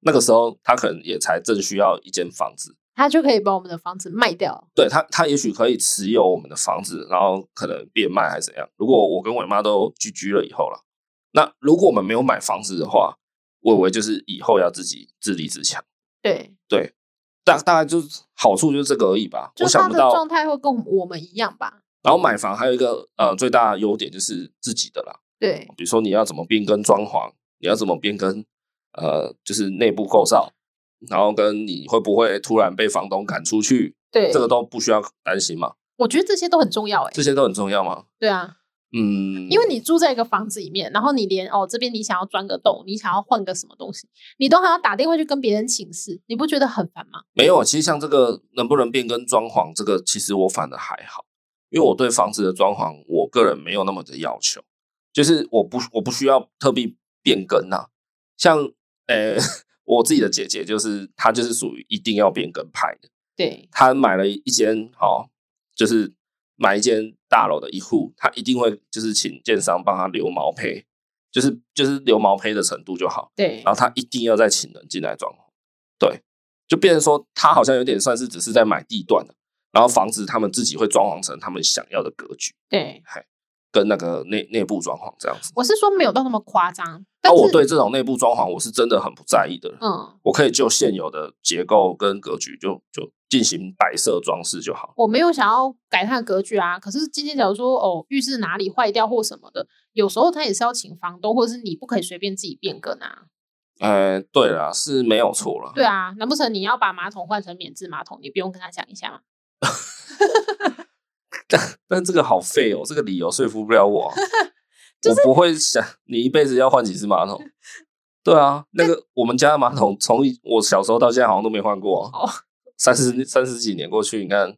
Speaker 1: 那个时候他可能也才正需要一间房子，
Speaker 2: 他就可以把我们的房子卖掉。
Speaker 1: 对他，他也许可以持有我们的房子，然后可能变卖还是怎样。如果我跟伟妈都居居了以后了，那如果我们没有买房子的话，伟伟就是以后要自己自立自强。
Speaker 2: 对，
Speaker 1: 大大概就是好处就是这个而已吧。
Speaker 2: 就
Speaker 1: 我
Speaker 2: 是
Speaker 1: 想
Speaker 2: 他
Speaker 1: 不
Speaker 2: 的
Speaker 1: 到
Speaker 2: 状态会跟我们一样吧？
Speaker 1: 然后买房还有一个呃最大的优点就是自己的啦，
Speaker 2: 对
Speaker 1: 比如说你要怎么变更装潢，你要怎么变更呃就是内部构造，然后跟你会不会突然被房东赶出去，
Speaker 2: 对，
Speaker 1: 这个都不需要担心嘛，
Speaker 2: 我觉得这些都很重要哎、
Speaker 1: 这些都很重要嘛。
Speaker 2: 对啊，
Speaker 1: 嗯，
Speaker 2: 因为你住在一个房子里面，然后你连哦这边你想要钻个洞，你想要换个什么东西，你都还要打电话去跟别人请示，你不觉得很烦吗？
Speaker 1: 没有，其实像这个能不能变更装潢，这个其实我反而还好，因为我对房子的装潢，我个人没有那么的要求，就是我不我不需要特地变更呐、像呃， (laughs) 我自己的姐姐就是她就是属于一定要变更派的，
Speaker 2: 对
Speaker 1: 她买了一间哦，就是买一间大楼的一户，她一定会就是请建商帮她留毛坯，就是就是留毛坯的程度就好。
Speaker 2: 对
Speaker 1: 然后他一定要再请人进来装潢，对，就变成说他好像有点算是只是在买地段了，然后房子他们自己会装潢成他们想要的格局，
Speaker 2: 对，
Speaker 1: 跟那个内内部装潢这样子。
Speaker 2: 我是说没有到那么夸张，
Speaker 1: 那
Speaker 2: 但是、
Speaker 1: 啊我对这种内部装潢我是真的很不在意的人，
Speaker 2: 嗯，
Speaker 1: 我可以就现有的结构跟格局就就进行摆设装饰就好。
Speaker 2: 我没有想要改它的格局啊。可是今天假如说哦浴室哪里坏掉或什么的，有时候他也是要请房东，或者是你不可以随便自己变更啊。
Speaker 1: 呃，对啦，是没有错了。
Speaker 2: 对啊，难不成你要把马桶换成免治马桶，你不用跟他讲一下吗？
Speaker 1: 但这个好废哦，这个理由说服不了
Speaker 2: (laughs)
Speaker 1: 我啊、
Speaker 2: 就
Speaker 1: 我不会想你一辈子要换几次马桶。对啊，那个我们家的马桶从以我小时候到现在好像都没换过、啊。
Speaker 2: 哦
Speaker 1: 三十三十几年过去，你看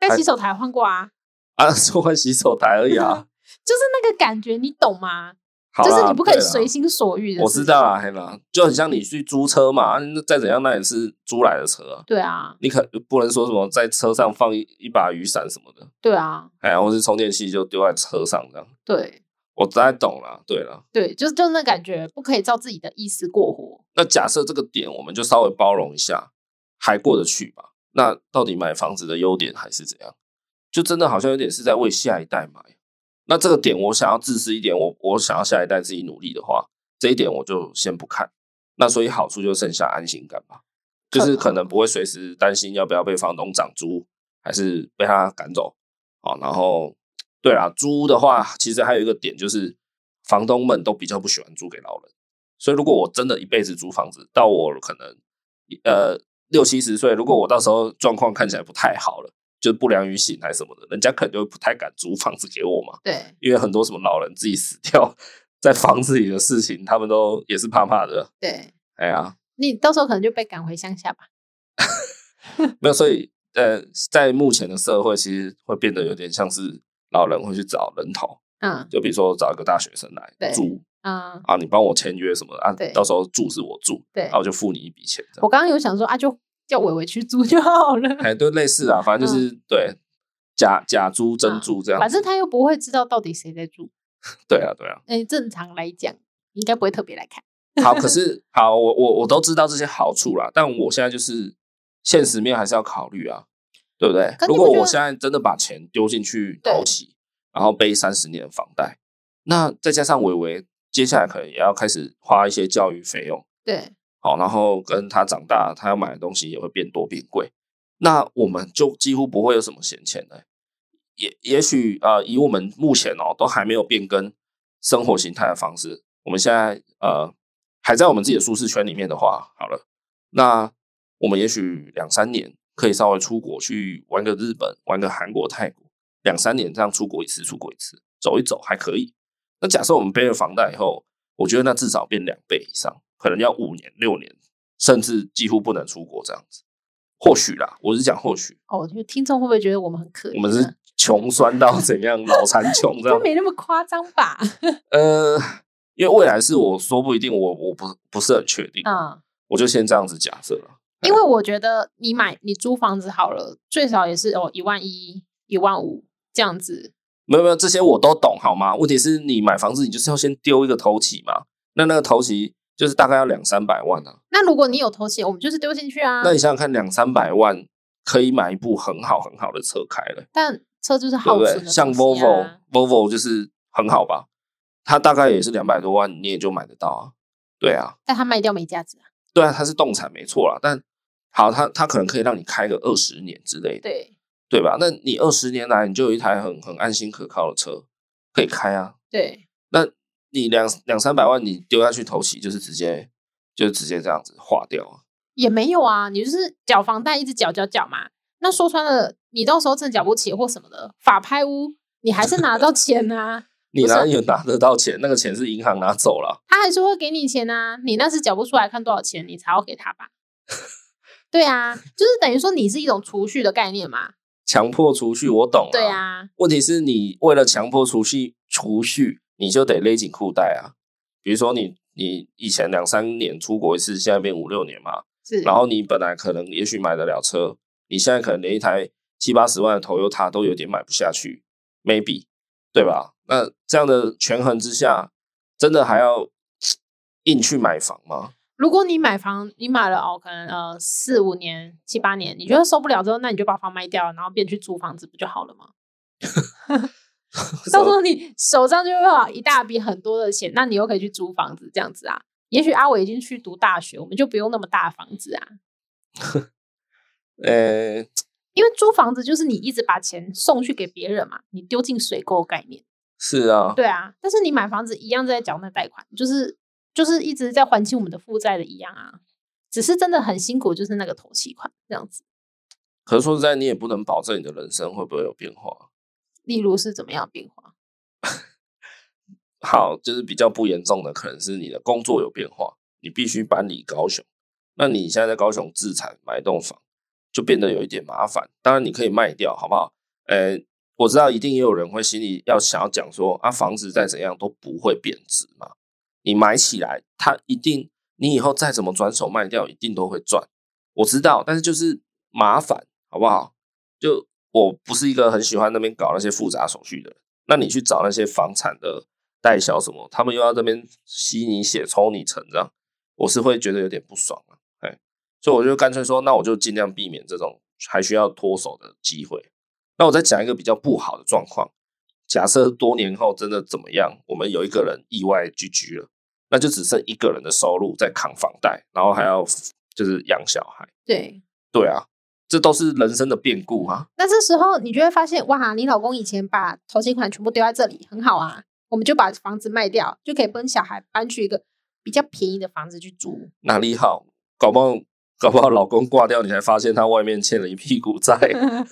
Speaker 1: 哎
Speaker 2: 但洗手台换过啊， (laughs)
Speaker 1: 啊，就换洗手台而已啊。
Speaker 2: 就是那个感觉，你懂吗？
Speaker 1: 好啦
Speaker 2: 就是你不可以
Speaker 1: 对啦
Speaker 2: 随心所欲的。
Speaker 1: 我知道啊，，嘿啦，就很像你去租车嘛，啊那再怎样那也是租来的车啊，
Speaker 2: 对啊，
Speaker 1: 你可不能说什么在车上放一一把雨伞什么的，
Speaker 2: 对啊，
Speaker 1: 哎，或是充电器就丢在车上这样。
Speaker 2: 对
Speaker 1: 我大概懂了，对了，
Speaker 2: 对，就是就是那感觉，不可以照自己的意思过活。
Speaker 1: 那假设这个点我们就稍微包容一下，还过得去吧？那到底买房子的优点还是怎样？就真的好像有点是在为下一代买。那这个点我想要自私一点，我我想要下一代自己努力的话，这一点我就先不看。那所以好处就剩下安心感吧，就是可能不会随时担心要不要被房东涨租，还是被他赶走。好，然后对啦，租屋的话，其实还有一个点就是，房东们都比较不喜欢租给老人。所以如果我真的一辈子租房子，到我可能呃六七十岁，如
Speaker 2: 嗯
Speaker 1: 果我到时候状况看起来不太好了，就是不良于行还是什么的，人家可能就不太敢租房子给我嘛，
Speaker 2: 对
Speaker 1: 因为很多什么老人自己死掉 (laughs) 在房子里的事情，他们都也是怕怕的。
Speaker 2: 对，
Speaker 1: 哎呀，
Speaker 2: 你到时候可能就被赶回乡下吧。
Speaker 1: 没有，所以呃，在目前的社会，其实会变得有点像是老人会去找人头，
Speaker 2: 嗯
Speaker 1: 就比如说找一个大学生来
Speaker 2: 对
Speaker 1: 住
Speaker 2: 嗯，
Speaker 1: 啊，你帮我签约什么的啊
Speaker 2: 对，
Speaker 1: 到时候住是我住，啊
Speaker 2: 对
Speaker 1: 然。后我就付你一笔钱这样。
Speaker 2: 我刚刚有想说啊，就叫伟伟去租就好了。
Speaker 1: 哎，都类似啊，反正就是、对假假租真租这样子。
Speaker 2: 嗯啊反正他又不会知道到底谁在住。
Speaker 1: 对啊，对啊。
Speaker 2: 哎、正常来讲，应该不会特别来看。 (laughs)
Speaker 1: 好，可是好，我我我都知道这些好处啦，但我现在就是现实面还是要考虑啊，对不对
Speaker 2: 可？你
Speaker 1: 如
Speaker 2: 不
Speaker 1: 果
Speaker 2: 觉
Speaker 1: 我
Speaker 2: 得
Speaker 1: 现在真的把钱丢进去
Speaker 2: 对
Speaker 1: 投期，然后背三十年的房贷，那再加上伟伟接下来可能也要开始花一些教育费用，
Speaker 2: 对
Speaker 1: 好，然后跟他长大，他要买的东西也会变多变贵，那我们就几乎不会有什么闲钱了。也也许呃，以我们目前哦都还没有变更生活形态的方式，我们现在呃还在我们自己的舒适圈里面的话，好了，那我们也许两三年可以稍微出国去玩个日本，玩个韩国、泰国，两三年这样出国一次，出国一次，走一走还可以。那假设我们背了房贷以后，我觉得那至少变两倍以上，可能要五年、六年，甚至几乎不能出国这样子。或许啦，我是讲或许，
Speaker 2: 哦，就听众会不会觉得我们很可怜、啊？
Speaker 1: 我们是 (laughs) 穷酸到怎样，脑残穷这
Speaker 2: 都
Speaker 1: 样。
Speaker 2: 没那么夸张吧？
Speaker 1: 呃，因为未来是我说不一定，我我不不是很确定， (laughs)
Speaker 2: 嗯，
Speaker 1: 我就先这样子假设了。
Speaker 2: 因为我觉得你买你租房子好了，最少也是哦一万一、一万五这样子。
Speaker 1: 没有没有，这些我都懂好吗？问题是你买房子，你就是要先丢一个头期嘛，那那个头期就是大概要两三百万啊。
Speaker 2: 那如果你有投钱，我们就是丢进去啊。
Speaker 1: 那你想想看，两三百万可以买一部很好很好的车开了。
Speaker 2: 但车就是
Speaker 1: 对
Speaker 2: 耗
Speaker 1: 不
Speaker 2: 损的
Speaker 1: 对？
Speaker 2: 东
Speaker 1: 像
Speaker 2: 西啊嗯
Speaker 1: Volvo，Volvo 就是很好吧，它大概也是两百多万，你也就买得到啊。对啊，
Speaker 2: 但它卖掉没价值啊。
Speaker 1: 对啊，它是动产没错啦，但好，它它可能可以让你开个二十年之类的，
Speaker 2: 对
Speaker 1: 对吧？那你二十年来，你就有一台很很安心可靠的车可以开啊。
Speaker 2: 对
Speaker 1: 那你两两三百万你丢下去投期，就是直接就直接这样子花掉啊。
Speaker 2: 也没有啊，你就是缴房贷一直缴缴缴嘛。那说穿了，你到时候真的缴不起或什么的，法拍屋你还是拿到钱啊，
Speaker 1: 你
Speaker 2: 不是
Speaker 1: 哪里有拿得到钱？那个钱是银行拿走了，
Speaker 2: 他还是会给你钱啊。你那是缴不出来，看多少钱你才要给他吧。对啊，就是等于说你是一种储蓄的概念嘛。
Speaker 1: 强迫储蓄，我懂。
Speaker 2: 对啊，
Speaker 1: 问题是你为了强迫储蓄储蓄，你就得勒紧裤带啊。比如说你你以前两三年出国一次，现在变五六年嘛，
Speaker 2: 是。
Speaker 1: 然后你本来可能也许买得了车，你现在可能连一台七八十万的 Toyota 都有点买不下去，maybe 对吧？那这样的权衡之下，真的还要硬去买房吗？
Speaker 2: 如果你买房，你买了哦，可能呃四五年、七八年，你觉得受不了之后，那你就把房卖掉，然后变去租房子，不就好了吗？到时候你手上就会有一大笔很多的钱，那你又可以去租房子这样子啊。也许阿伟已经去读大学，我们就不用那么大房子啊，
Speaker 1: (laughs) 呃，
Speaker 2: 因为租房子就是你一直把钱送去给别人嘛，你丢进水沟概念。
Speaker 1: 是啊，
Speaker 2: 对啊，但是你买房子一样在缴那贷款，就是就是一直在还清我们的负债的一样啊，只是真的很辛苦，就是那个头期款这样子。
Speaker 1: 可是说实在，你也不能保证你的人生会不会有变化。啊
Speaker 2: 例如是怎么样变化？
Speaker 1: 好，就是比较不严重的，可能是你的工作有变化，你必须搬离高雄。那你现在在高雄自产买一栋房，就变得有一点麻烦。当然你可以卖掉，好不好？呃，我知道一定也有人会心里要想要讲说啊，房子再怎样都不会贬值嘛，你买起来它一定，你以后再怎么转手卖掉，一定都会赚。我知道，但是就是麻烦，好不好？就我不是一个很喜欢那边搞那些复杂手续的人，那你去找那些房产的代销什么，他们又要这边吸你血、抽你成这样，我是会觉得有点不爽啊，哎，所以我就干脆说，那我就尽量避免这种还需要脱手的机会。那我再讲一个比较不好的状况，假设多年后真的怎么样，我们有一个人意外居居了，那就只剩一个人的收入在扛房贷，然后还要就是养小孩，
Speaker 2: 对。
Speaker 1: 对啊，这都是人生的变故啊。
Speaker 2: 那这时候你就会发现，哇，你老公以前把投期款全部丢在这里，很好啊，我们就把房子卖掉，就可以帮小孩搬去一个比较便宜的房子去住。
Speaker 1: 哪里好，搞不好搞不好老公挂掉，你才发现他外面欠了一屁股债，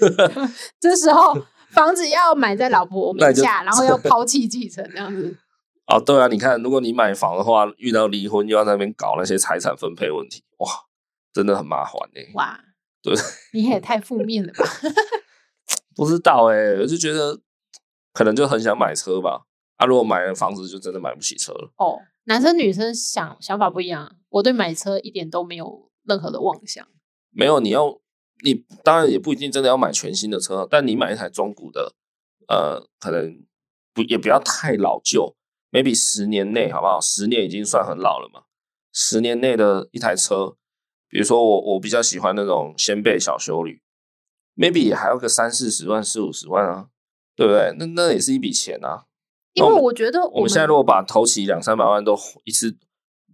Speaker 2: (laughs) 这时候房子要买在老婆
Speaker 1: 那
Speaker 2: 名
Speaker 1: 你就
Speaker 2: 下，然
Speaker 1: (laughs)
Speaker 2: 后要抛弃继承这样子。
Speaker 1: 哦，对啊，你看，如果你买房的话，遇到离婚又要在那边搞那些财产分配问题，哇，真的很麻烦欸呢、
Speaker 2: 哇，
Speaker 1: (laughs) 对，
Speaker 2: 你也太负面了吧？
Speaker 1: (laughs) 不知道哎、我就觉得可能就很想买车吧。啊，如果买了房子，就真的买不起车了。
Speaker 2: 哦，男生女生想想法不一样，我对买车一点都没有任何的妄想。
Speaker 1: 没有，你要你当然也不一定真的要买全新的车，但你买一台中古的，呃，可能不也不要太老旧，maybe 十年内好不好？十年已经算很老了嘛。十年内的一台车，比如说我我比较喜欢那种掀背小修旅，maybe 也还要个三四十万、四五十万啊，对不对？那那也是一笔钱啊。
Speaker 2: 因
Speaker 1: 那
Speaker 2: 为
Speaker 1: 我们
Speaker 2: 我觉得
Speaker 1: 我们现在如果把头期两三百万都一次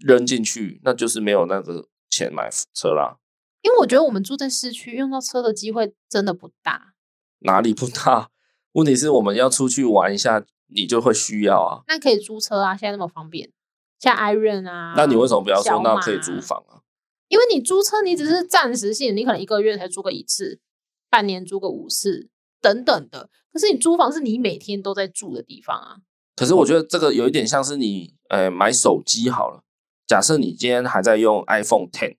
Speaker 1: 扔进去，那就是没有那个钱买车啦。
Speaker 2: 因为我觉得我们住在市区，用到车的机会真的不大。
Speaker 1: 哪里不大？问题是我们要出去玩一下，你就会需要啊。
Speaker 2: 那可以租车啊，现在那么方便，像 Iron 啊。
Speaker 1: 那你为什么不要
Speaker 2: 小
Speaker 1: 说
Speaker 2: 马
Speaker 1: 那可以租房啊？
Speaker 2: 因为你租车，你只是暂时性，你可能一个月才租个一次，半年租个五次等等的。可是你租房是你每天都在住的地方啊。
Speaker 1: 可是我觉得这个有一点像是你，呃，买手机好了。假设你今天还在用 iPhone Ten，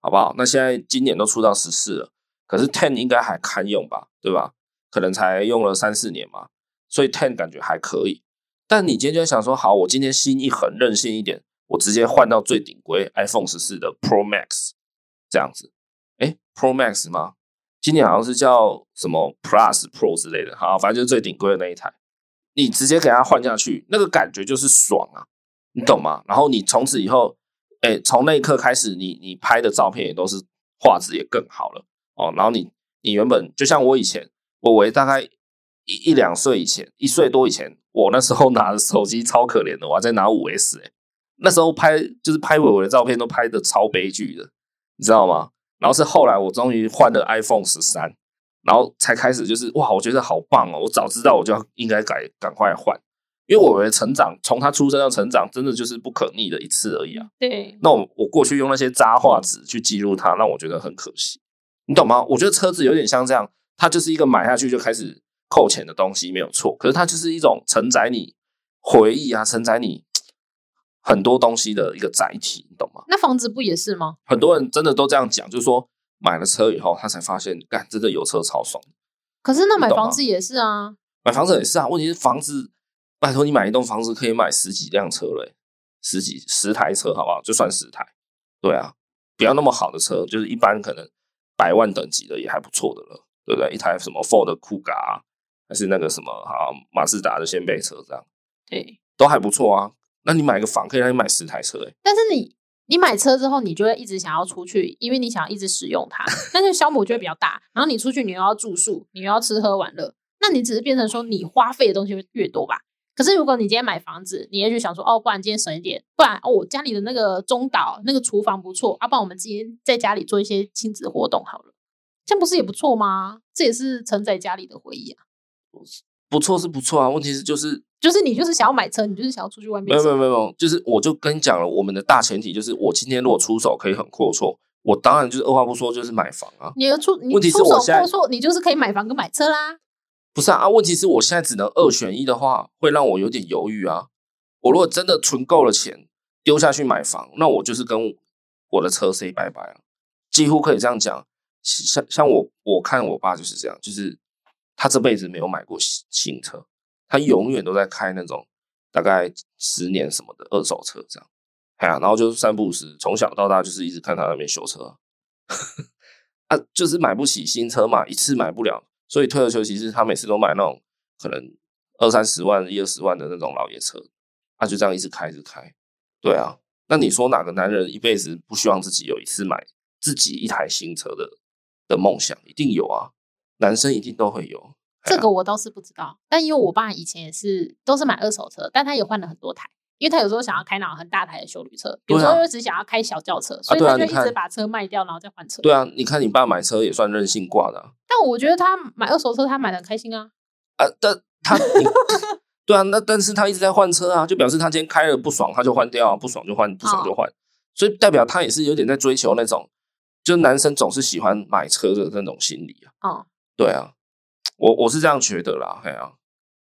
Speaker 1: 好不好？那现在今年都出到十四了，可是 Ten 应该还堪用吧，对吧？可能才用了三四年嘛，所以 Ten 感觉还可以。但你今天就想说，好，我今天心一狠，任性一点，我直接换到最顶规 iPhone 十四的 Pro Max 这样子。诶 p r o Max 吗？今年好像是叫什么 Plus Pro 之类的，好，反正就是最顶规的那一台。你直接给它换下去，那个感觉就是爽啊，你懂吗？然后你从此以后，哎、从那一刻开始你，你拍的照片也都是画质也更好了哦。然后你你原本就像我以前，我为大概一一两岁以前，一岁多以前，我那时候拿的手机超可怜的，我还在拿五 S 哎、那时候拍就是拍伟伟的照片都拍的超悲剧的，你知道吗？然后是后来我终于换了 iPhone 十三，然后才开始就是哇，我觉得好棒哦！我早知道我就要应该改，赶快换，因为我的成长从他出生到成长，真的就是不可逆的一次而已啊。
Speaker 2: 对，
Speaker 1: 那我我过去用那些渣画质去记录它，让我觉得很可惜，你懂吗？我觉得车子有点像这样，它就是一个买下去就开始扣钱的东西，没有错。可是它就是一种承载你回忆啊，承载你很多东西的一个载体，你懂吗？
Speaker 2: 那房子不也是吗？
Speaker 1: 很多人真的都这样讲，就是说买了车以后，他才发现，干真的有车超爽。
Speaker 2: 可是那
Speaker 1: 你
Speaker 2: 买
Speaker 1: 懂
Speaker 2: 房
Speaker 1: 吗
Speaker 2: 子也是啊，
Speaker 1: 买房子也是啊，问题是房子，拜托你买一栋房子可以买十几辆车嘞、十几十台车好不好？就算十台，对啊，不要那么好的车，就是一般可能百万等级的也还不错的了，对不对？一台什么 Ford 酷咖、啊，还是那个什么啊马自达的掀背车这样，
Speaker 2: 对。
Speaker 1: 都还不错啊。那你买个房可以让你买十台车、欸，
Speaker 2: 但是你你买车之后，你就会一直想要出去，因为你想要一直使用它，那就消磨就会比较大。然后你出去，你又要住宿，你又要吃喝玩乐，那你只是变成说你花费的东西会越多吧。可是如果你今天买房子，你也许想说哦，不然今天省一点，不然哦，我家里的那个中岛那个厨房不错，啊，不然我们今天在家里做一些亲子活动好了，这样不是也不错吗？这也是承载家里的回忆啊。
Speaker 1: 不错是不错啊。问题是就是
Speaker 2: 就是你就是想要买车，你就是想要出去外
Speaker 1: 没
Speaker 2: 面
Speaker 1: 有
Speaker 2: 吃，
Speaker 1: 没有没有没有，就是我就跟你讲了，我们的大前提就是我今天如果出手可以很阔绰，我当然就是二话不说就是买房啊。
Speaker 2: 你的出你
Speaker 1: 问题是
Speaker 2: 出手
Speaker 1: 我现在
Speaker 2: 阔绰，你就是可以买房跟买车啦。
Speaker 1: 不是啊，啊问题是我现在只能二选一的话，会让我有点犹豫啊。我如果真的存够了钱丢下去买房，那我就是跟我的车 say 啊拜拜了，几乎可以这样讲。像像我我看我爸就是这样，就是他这辈子没有买过新新车，他永远都在开那种大概十年什么的二手车这样。哎呀、然后就是三不五时，从小到大就是一直看他那边修车啊， (laughs) 啊，就是买不起新车嘛，一次买不了，所以退而求其次，他每次都买那种可能二三十万、一二十万的那种老爷车，他、就这样一直开，一直开。对啊，那你说哪个男人一辈子不希望自己有一次买自己一台新车的的梦想？一定有啊，男生一定都会有。
Speaker 2: 这个我倒是不知道，但因为
Speaker 1: 嗯
Speaker 2: 我爸以前也是都是买二手车，但他也换了很多台，因为他有时候想要开那种很大台的修旅车，有时
Speaker 1: 对啊
Speaker 2: 候又只想要开小轿车，所以
Speaker 1: 对啊
Speaker 2: 他就
Speaker 1: 你
Speaker 2: 一直
Speaker 1: 看
Speaker 2: 把车卖掉，然后再换车。
Speaker 1: 对啊，你看你爸买车也算任性挂的啊，
Speaker 2: 但我觉得他买二手车，他买的很开心啊。
Speaker 1: 啊但他你对啊，那但是他一直在换车啊，就表示他今天开了不爽，他就换掉啊，不爽就换，不爽就换，所以代表他也是有点在追求那种，就男生总是喜欢买车的那种心理啊。
Speaker 2: 哦，
Speaker 1: 对啊，我我是这样觉得啦，哎呀、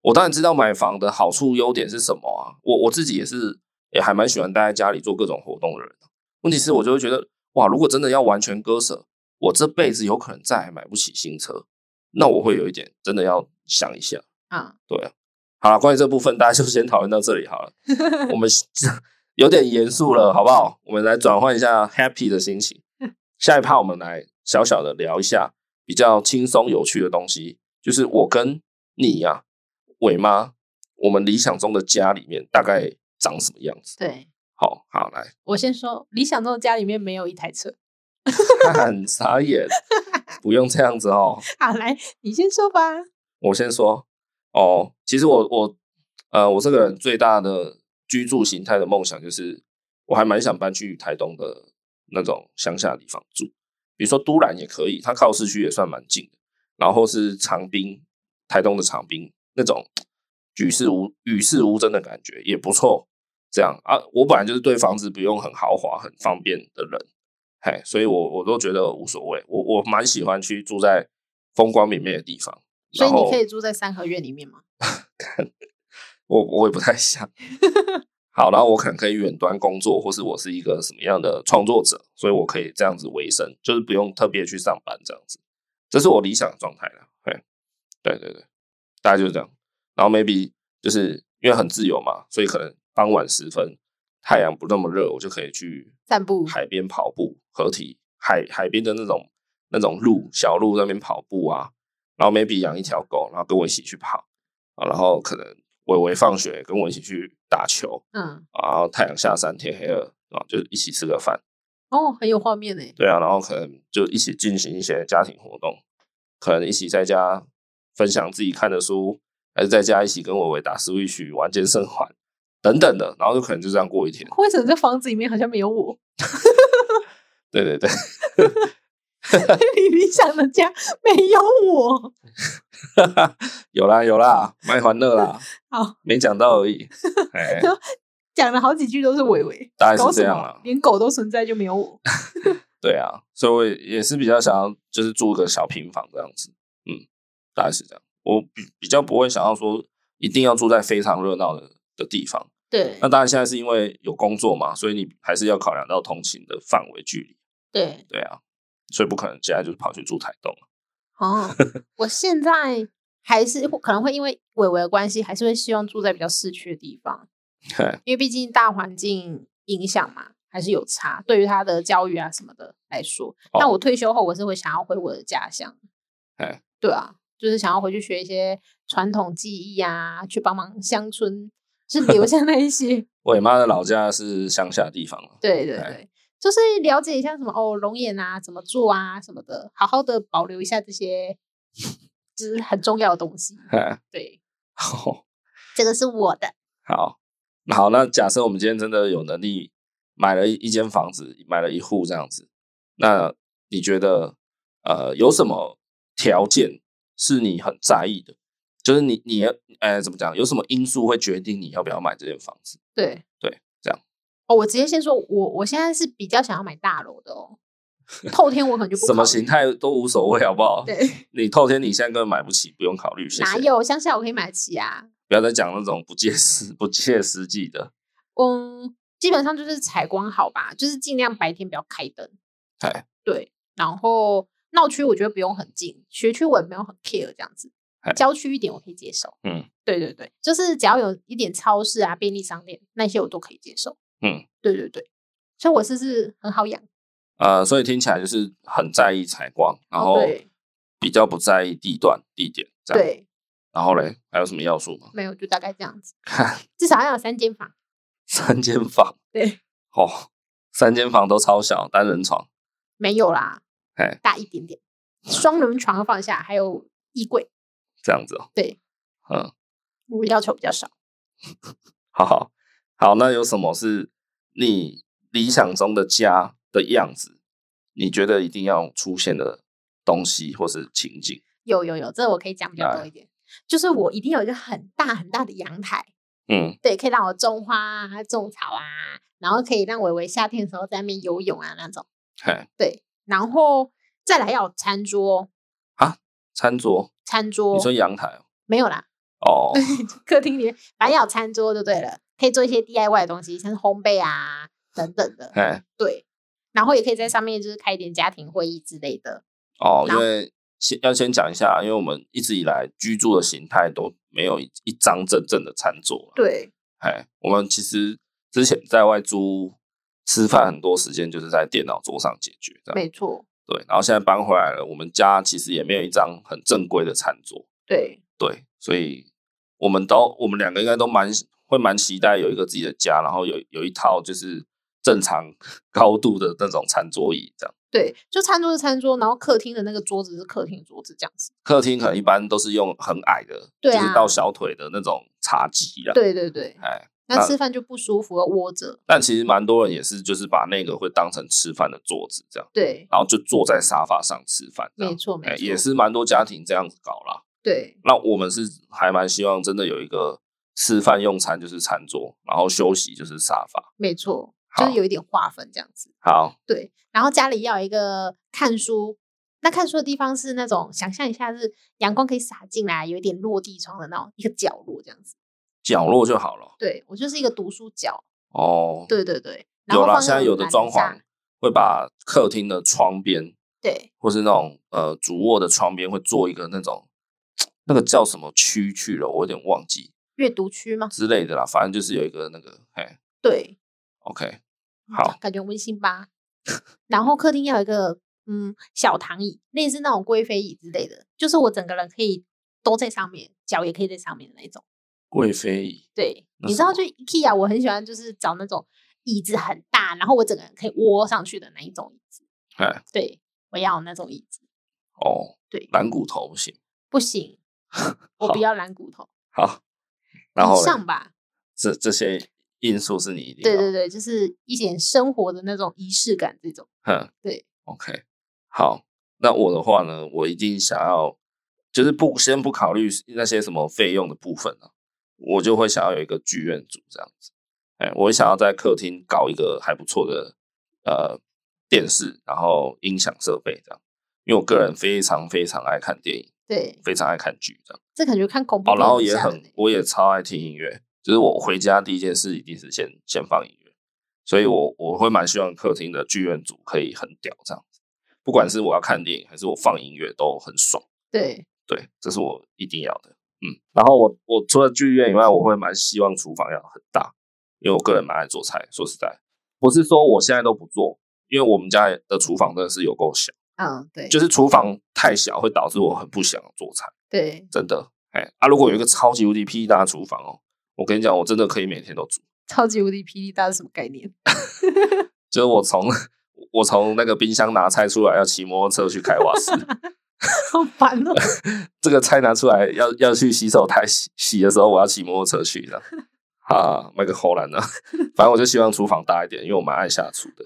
Speaker 1: 我当然知道买房的好处、优点是什么啊。我我自己也是，也还蛮喜欢待在家里做各种活动的人。啊问题是，我就会觉得，哇，如果真的要完全割舍，我这辈子有可能再也买不起新车，那我会有一点真的要想一下。
Speaker 2: 啊、
Speaker 1: 对啊，好了，关于这部分大家就先讨论到这里好了。我们有点严肃了，好不好？我们来转换一下 happy 的心情。下一趴我们来小小的聊一下比较轻松有趣的东西，就是我跟你呀、伟妈，我们理想中的家里面大概长什么样子？
Speaker 2: (laughs) 对
Speaker 1: 好好来， (laughs)
Speaker 2: 我先说，理想中的家里面没有一台车。
Speaker 1: 看傻眼，不用这样子哦。
Speaker 2: 好，来，你先说吧。
Speaker 1: 我先说
Speaker 2: 嗯
Speaker 1: 哦，其实我我呃，我这个人最大的居住形态的梦想就是，我还蛮想搬去台东的那种乡下地方住，比如说都兰也可以，它靠市区也算蛮近的，然后是长滨，台东的长滨那种举世无与世无争的感觉也不错。这样啊，我本来就是对房子不用很豪华、很方便的人，嘿，所以我我都觉得无所谓，我我蛮喜欢去住在风光明媚的地方。
Speaker 2: 所以
Speaker 1: 然后
Speaker 2: 你可以住在三合院里面吗？
Speaker 1: 我我也不太想。好，然后我可能可以远端工作，或是我是一个什么样的创作者，所以我可以这样子维生，就是不用特别去上班这样子，这是我理想的状态了。对，对对对，大概就是这样。然后 maybe 就是因为很自由嘛，所以可能傍晚时分太阳不那么热，我就可以去
Speaker 2: 散步
Speaker 1: 海边跑步，合体海海边的那种那种路小路那边跑步啊，然后 maybe 养一条狗，然后跟我一起去跑啊，然后可能伟伟放学跟我一起去打球，
Speaker 2: 嗯，
Speaker 1: 然后太阳下山天黑了啊，就一起吃个饭，
Speaker 2: 哦，很有画面呢。
Speaker 1: 对啊，然后可能就一起进行一些家庭活动，可能一起在家分享自己看的书，还是在家一起跟伟伟打 Switch 玩健身环等等的，然后就可能就这样过一天。
Speaker 2: 为什么这房子里面好像没
Speaker 1: (laughs)
Speaker 2: 有我？ (laughs)
Speaker 1: 对对对，
Speaker 2: 你理想的家没有我。
Speaker 1: (laughs) 有啦有
Speaker 2: (laughs)
Speaker 1: 啦，卖欢乐啦。
Speaker 2: 好，
Speaker 1: 没讲到而
Speaker 2: (laughs)
Speaker 1: 已。哎，
Speaker 2: 讲了好几句都是伟伟，
Speaker 1: 大概
Speaker 2: 搞
Speaker 1: 是
Speaker 2: 什
Speaker 1: 这
Speaker 2: 么？
Speaker 1: 样啦。
Speaker 2: 连狗都存在就没有我。
Speaker 1: 对啊，所以我也也是比较想要，就是住个小平房这样子。嗯，大概是这样。我比比较不会想要说一定要住在非常热闹的的地方。
Speaker 2: (laughs) 对
Speaker 1: 那当然，现在是因为有工作嘛，所以你还是要考量到通勤的范围距离。
Speaker 2: 对，
Speaker 1: 对啊，所以不可能现在就跑去住台东。
Speaker 2: (laughs) 哦，我现在还是可能会因为伟伟的关系，还是会希望住在比较市区的地方，
Speaker 1: 嘿
Speaker 2: 因为毕竟大环境影响嘛，还是有差。对于他的教育啊什么的来说，
Speaker 1: 哦
Speaker 2: 那我退休后，我是会想要回我的家乡
Speaker 1: 哎。
Speaker 2: 对啊，就是想要回去学一些传统技艺啊，去帮忙乡村，就是留下那一些。
Speaker 1: 我妈的老家是乡下地方嘛
Speaker 2: 对对
Speaker 1: 哎
Speaker 2: 对，就是了解一下什么哦，龙眼啊，怎么做啊，什么的，好好的保留一下这些，就是很重要的东西。
Speaker 1: 嘿
Speaker 2: 对，
Speaker 1: 好
Speaker 2: 这个是我的，
Speaker 1: 好，好，那假设我们今天真的有能力买了一一间房子，买了一户这样子，那你觉得呃有什么条件是你很在意的？就是你你呃怎么讲？有什么因素会决定你要不要买这间房子？
Speaker 2: 对
Speaker 1: 对这样。
Speaker 2: 哦，我直接先说，我我现在是比较想要买大楼
Speaker 1: (laughs)
Speaker 2: 的哦，透天我可能就不
Speaker 1: 什
Speaker 2: 考
Speaker 1: 么
Speaker 2: 虑
Speaker 1: 形态都无所谓，好不好？
Speaker 2: 对，
Speaker 1: 你透天你现在根本买不起，不用考虑，谢
Speaker 2: 哪
Speaker 1: 谢。
Speaker 2: 有乡下我可以买得起啊？
Speaker 1: 不要再讲那种不切实不切实际的。
Speaker 2: 嗯，基本上就是采光好吧，就是尽量白天不要开灯。
Speaker 1: 哎
Speaker 2: 对，然后闹区我觉得不用很近，学区我也没有很 care 这样子。
Speaker 1: 哎
Speaker 2: 郊区一点我可以接受。
Speaker 1: 嗯，
Speaker 2: 对对对，就是只要有一点超市啊、便利商店那些我都可以接受。
Speaker 1: 嗯，
Speaker 2: 对对对，所以我是不是很好养？
Speaker 1: 呃，所以听起来就是很在意采光，然
Speaker 2: 哦
Speaker 1: 后
Speaker 2: 对
Speaker 1: 比较不在意地段、地点这样。
Speaker 2: 对，
Speaker 1: 然后嘞，还有什么要素吗？ (laughs)
Speaker 2: 没有就大概这样子，
Speaker 1: 看
Speaker 2: 至少要有三间房。
Speaker 1: 三间房，
Speaker 2: 对，
Speaker 1: 哦，三间房都超小，单人床，
Speaker 2: 没有啦
Speaker 1: 哎，
Speaker 2: 大一点点，双人床放下，还有衣柜，
Speaker 1: 这样子哦。
Speaker 2: 对，
Speaker 1: 嗯，
Speaker 2: 我要求比较少。
Speaker 1: 好好好，那有什么是你理想中的家的样子？你觉得一定要出现的东西或是情景？
Speaker 2: 有有有，这我可以讲比较
Speaker 1: 来
Speaker 2: 多一点。就是我一定有一个很大很大的阳台，
Speaker 1: 嗯
Speaker 2: 对，可以让我种花啊、种草啊，然后可以让伟伟夏天的时候在那边游泳啊那种。
Speaker 1: 嘿，
Speaker 2: 对，然后再来要有餐桌，
Speaker 1: 餐桌，
Speaker 2: 餐桌
Speaker 1: 你说阳台
Speaker 2: 没有啦， (laughs)
Speaker 1: 哦，
Speaker 2: 客厅里面反正要有餐桌就对了，可以做一些 DIY 的东西，像是烘焙啊等
Speaker 1: (laughs)
Speaker 2: 等的。
Speaker 1: 嘿，
Speaker 2: 对，然后也可以在上面就是开一点家庭会议之类的。
Speaker 1: 哦，因
Speaker 2: 然后
Speaker 1: 为先要先讲一下，因为我们一直以来居住的形态都没有一一张真正的餐桌啦，
Speaker 2: 对，
Speaker 1: 哎，我们其实之前在外租屋吃饭，很多时间就是在电脑桌上解决，这样
Speaker 2: 没错，
Speaker 1: 对。然后现在搬回来了，我们家其实也没有一张很正规的餐桌，
Speaker 2: 对，
Speaker 1: 对，所以我们都我们两个应该都蛮会蛮期待有一个自己的家，然后有有一套就是正常 (laughs) 高度的那种餐桌椅这样。
Speaker 2: 对，就餐桌是餐桌，然后客厅的那个桌子是客厅桌子这样子。
Speaker 1: 客厅可能一般都是用很矮的，
Speaker 2: 对啊
Speaker 1: 就是到小腿的那种茶几啦。，
Speaker 2: 对对对，
Speaker 1: 哎，
Speaker 2: 那吃饭就不舒服，窝着。
Speaker 1: 但其实蛮多人也是，就是把那个会当成吃饭的桌子这样，
Speaker 2: 对
Speaker 1: 然后就坐在沙发上吃饭这样。
Speaker 2: 没错没
Speaker 1: 哎
Speaker 2: 错
Speaker 1: 也是蛮多家庭这样子搞啦。
Speaker 2: 对
Speaker 1: 那我们是还蛮希望真的有一个吃饭用餐就是餐桌，然后休息就是沙发。
Speaker 2: 没错，就是
Speaker 1: 好
Speaker 2: 有一点划分这样子。
Speaker 1: 好，
Speaker 2: 对，然后家里要有一个看书，那看书的地方是那种想象一下是阳光可以洒进来，有一点落地窗的那种一个角落这样子。
Speaker 1: 角落就好了。
Speaker 2: 对我就是一个读书角，
Speaker 1: 哦，
Speaker 2: 对对对。然
Speaker 1: 有
Speaker 2: 后
Speaker 1: 啦，
Speaker 2: 放
Speaker 1: 现在
Speaker 2: 那
Speaker 1: 有
Speaker 2: 种
Speaker 1: 的
Speaker 2: 栏
Speaker 1: 装潢
Speaker 2: 上，
Speaker 1: 会把客厅的窗边
Speaker 2: 对
Speaker 1: 或是那种呃主卧的窗边会做一个那种那个叫什么区去了，我有点忘记
Speaker 2: 阅读区吗？
Speaker 1: 之类的啦。反正就是有一个那个，哎
Speaker 2: 对，
Speaker 1: ，OK，好，
Speaker 2: 感觉温馨吧。 (laughs) 然后客厅要有一个嗯小躺椅，类似那种贵妃椅之类的，就是我整个人可以都在上面，脚也可以在上面的那种。
Speaker 1: 贵妃椅，
Speaker 2: 对，
Speaker 1: 那
Speaker 2: 你
Speaker 1: 什
Speaker 2: 知道，
Speaker 1: 么
Speaker 2: 就 IKEA 我很喜欢，就是找那种椅子很大，然后我整个人可以窝上去的那一种椅子。
Speaker 1: 哎，
Speaker 2: 对，我要那种椅子，
Speaker 1: 哦，
Speaker 2: 对
Speaker 1: 蓝骨头不行，(laughs)
Speaker 2: 不行，我
Speaker 1: 好
Speaker 2: 不要蓝骨头，
Speaker 1: 好，然后
Speaker 2: 以
Speaker 1: 嘞
Speaker 2: 上吧。
Speaker 1: 这这些因素是你一定
Speaker 2: 对
Speaker 1: 要
Speaker 2: 对对，就是一点生活的那种仪式感，这种
Speaker 1: 哼，
Speaker 2: 对
Speaker 1: ，OK，好，那我的话呢，我一定想要，就是不先不考虑那些什么费用的部分啊，我就会想要有一个剧院组这样子，哎，我会想要在客厅搞一个还不错的呃电视，然后音响设备这样，因为我个人非常非常爱看电影，
Speaker 2: 对，
Speaker 1: 非常爱看剧这样，
Speaker 2: 这感觉看恐怖
Speaker 1: 哦，
Speaker 2: 片
Speaker 1: 然后
Speaker 2: 很
Speaker 1: 也
Speaker 2: 吓人
Speaker 1: 很
Speaker 2: 欸，
Speaker 1: 我也超爱听音乐，就是我回家第一件事一定是先先放音乐，所以我我会蛮希望客厅的剧院组可以很屌这样子，不管是我要看电影还是我放音乐都很爽，
Speaker 2: 对
Speaker 1: 对，这是我一定要的，嗯。然后我我除了剧院以外，我会蛮希望厨房要很大，因为我个人蛮爱做菜，说实在，不是说我现在都不做，因为我们家的厨房真的是有够小，
Speaker 2: 嗯对，
Speaker 1: 就是厨房太小会导致我很不想做菜。
Speaker 2: 对
Speaker 1: 真的。哎啊，如果有一个超级无敌屁大的厨房哦，我跟你讲，我真的可以每天都煮。
Speaker 2: 超级无敌霹雳大是什么概念？ (laughs)
Speaker 1: 就是我从 (laughs) 我从那个冰箱拿菜出来，要骑摩托车去开瓦斯，
Speaker 2: 好烦
Speaker 1: (laughs)
Speaker 2: 哦！
Speaker 1: 这个菜拿出来要要去洗手台洗洗的时候，我要骑摩托车去的。啊， (laughs) 卖个荷兰的，反正我就希望厨房大一点，因为我蛮爱下厨的。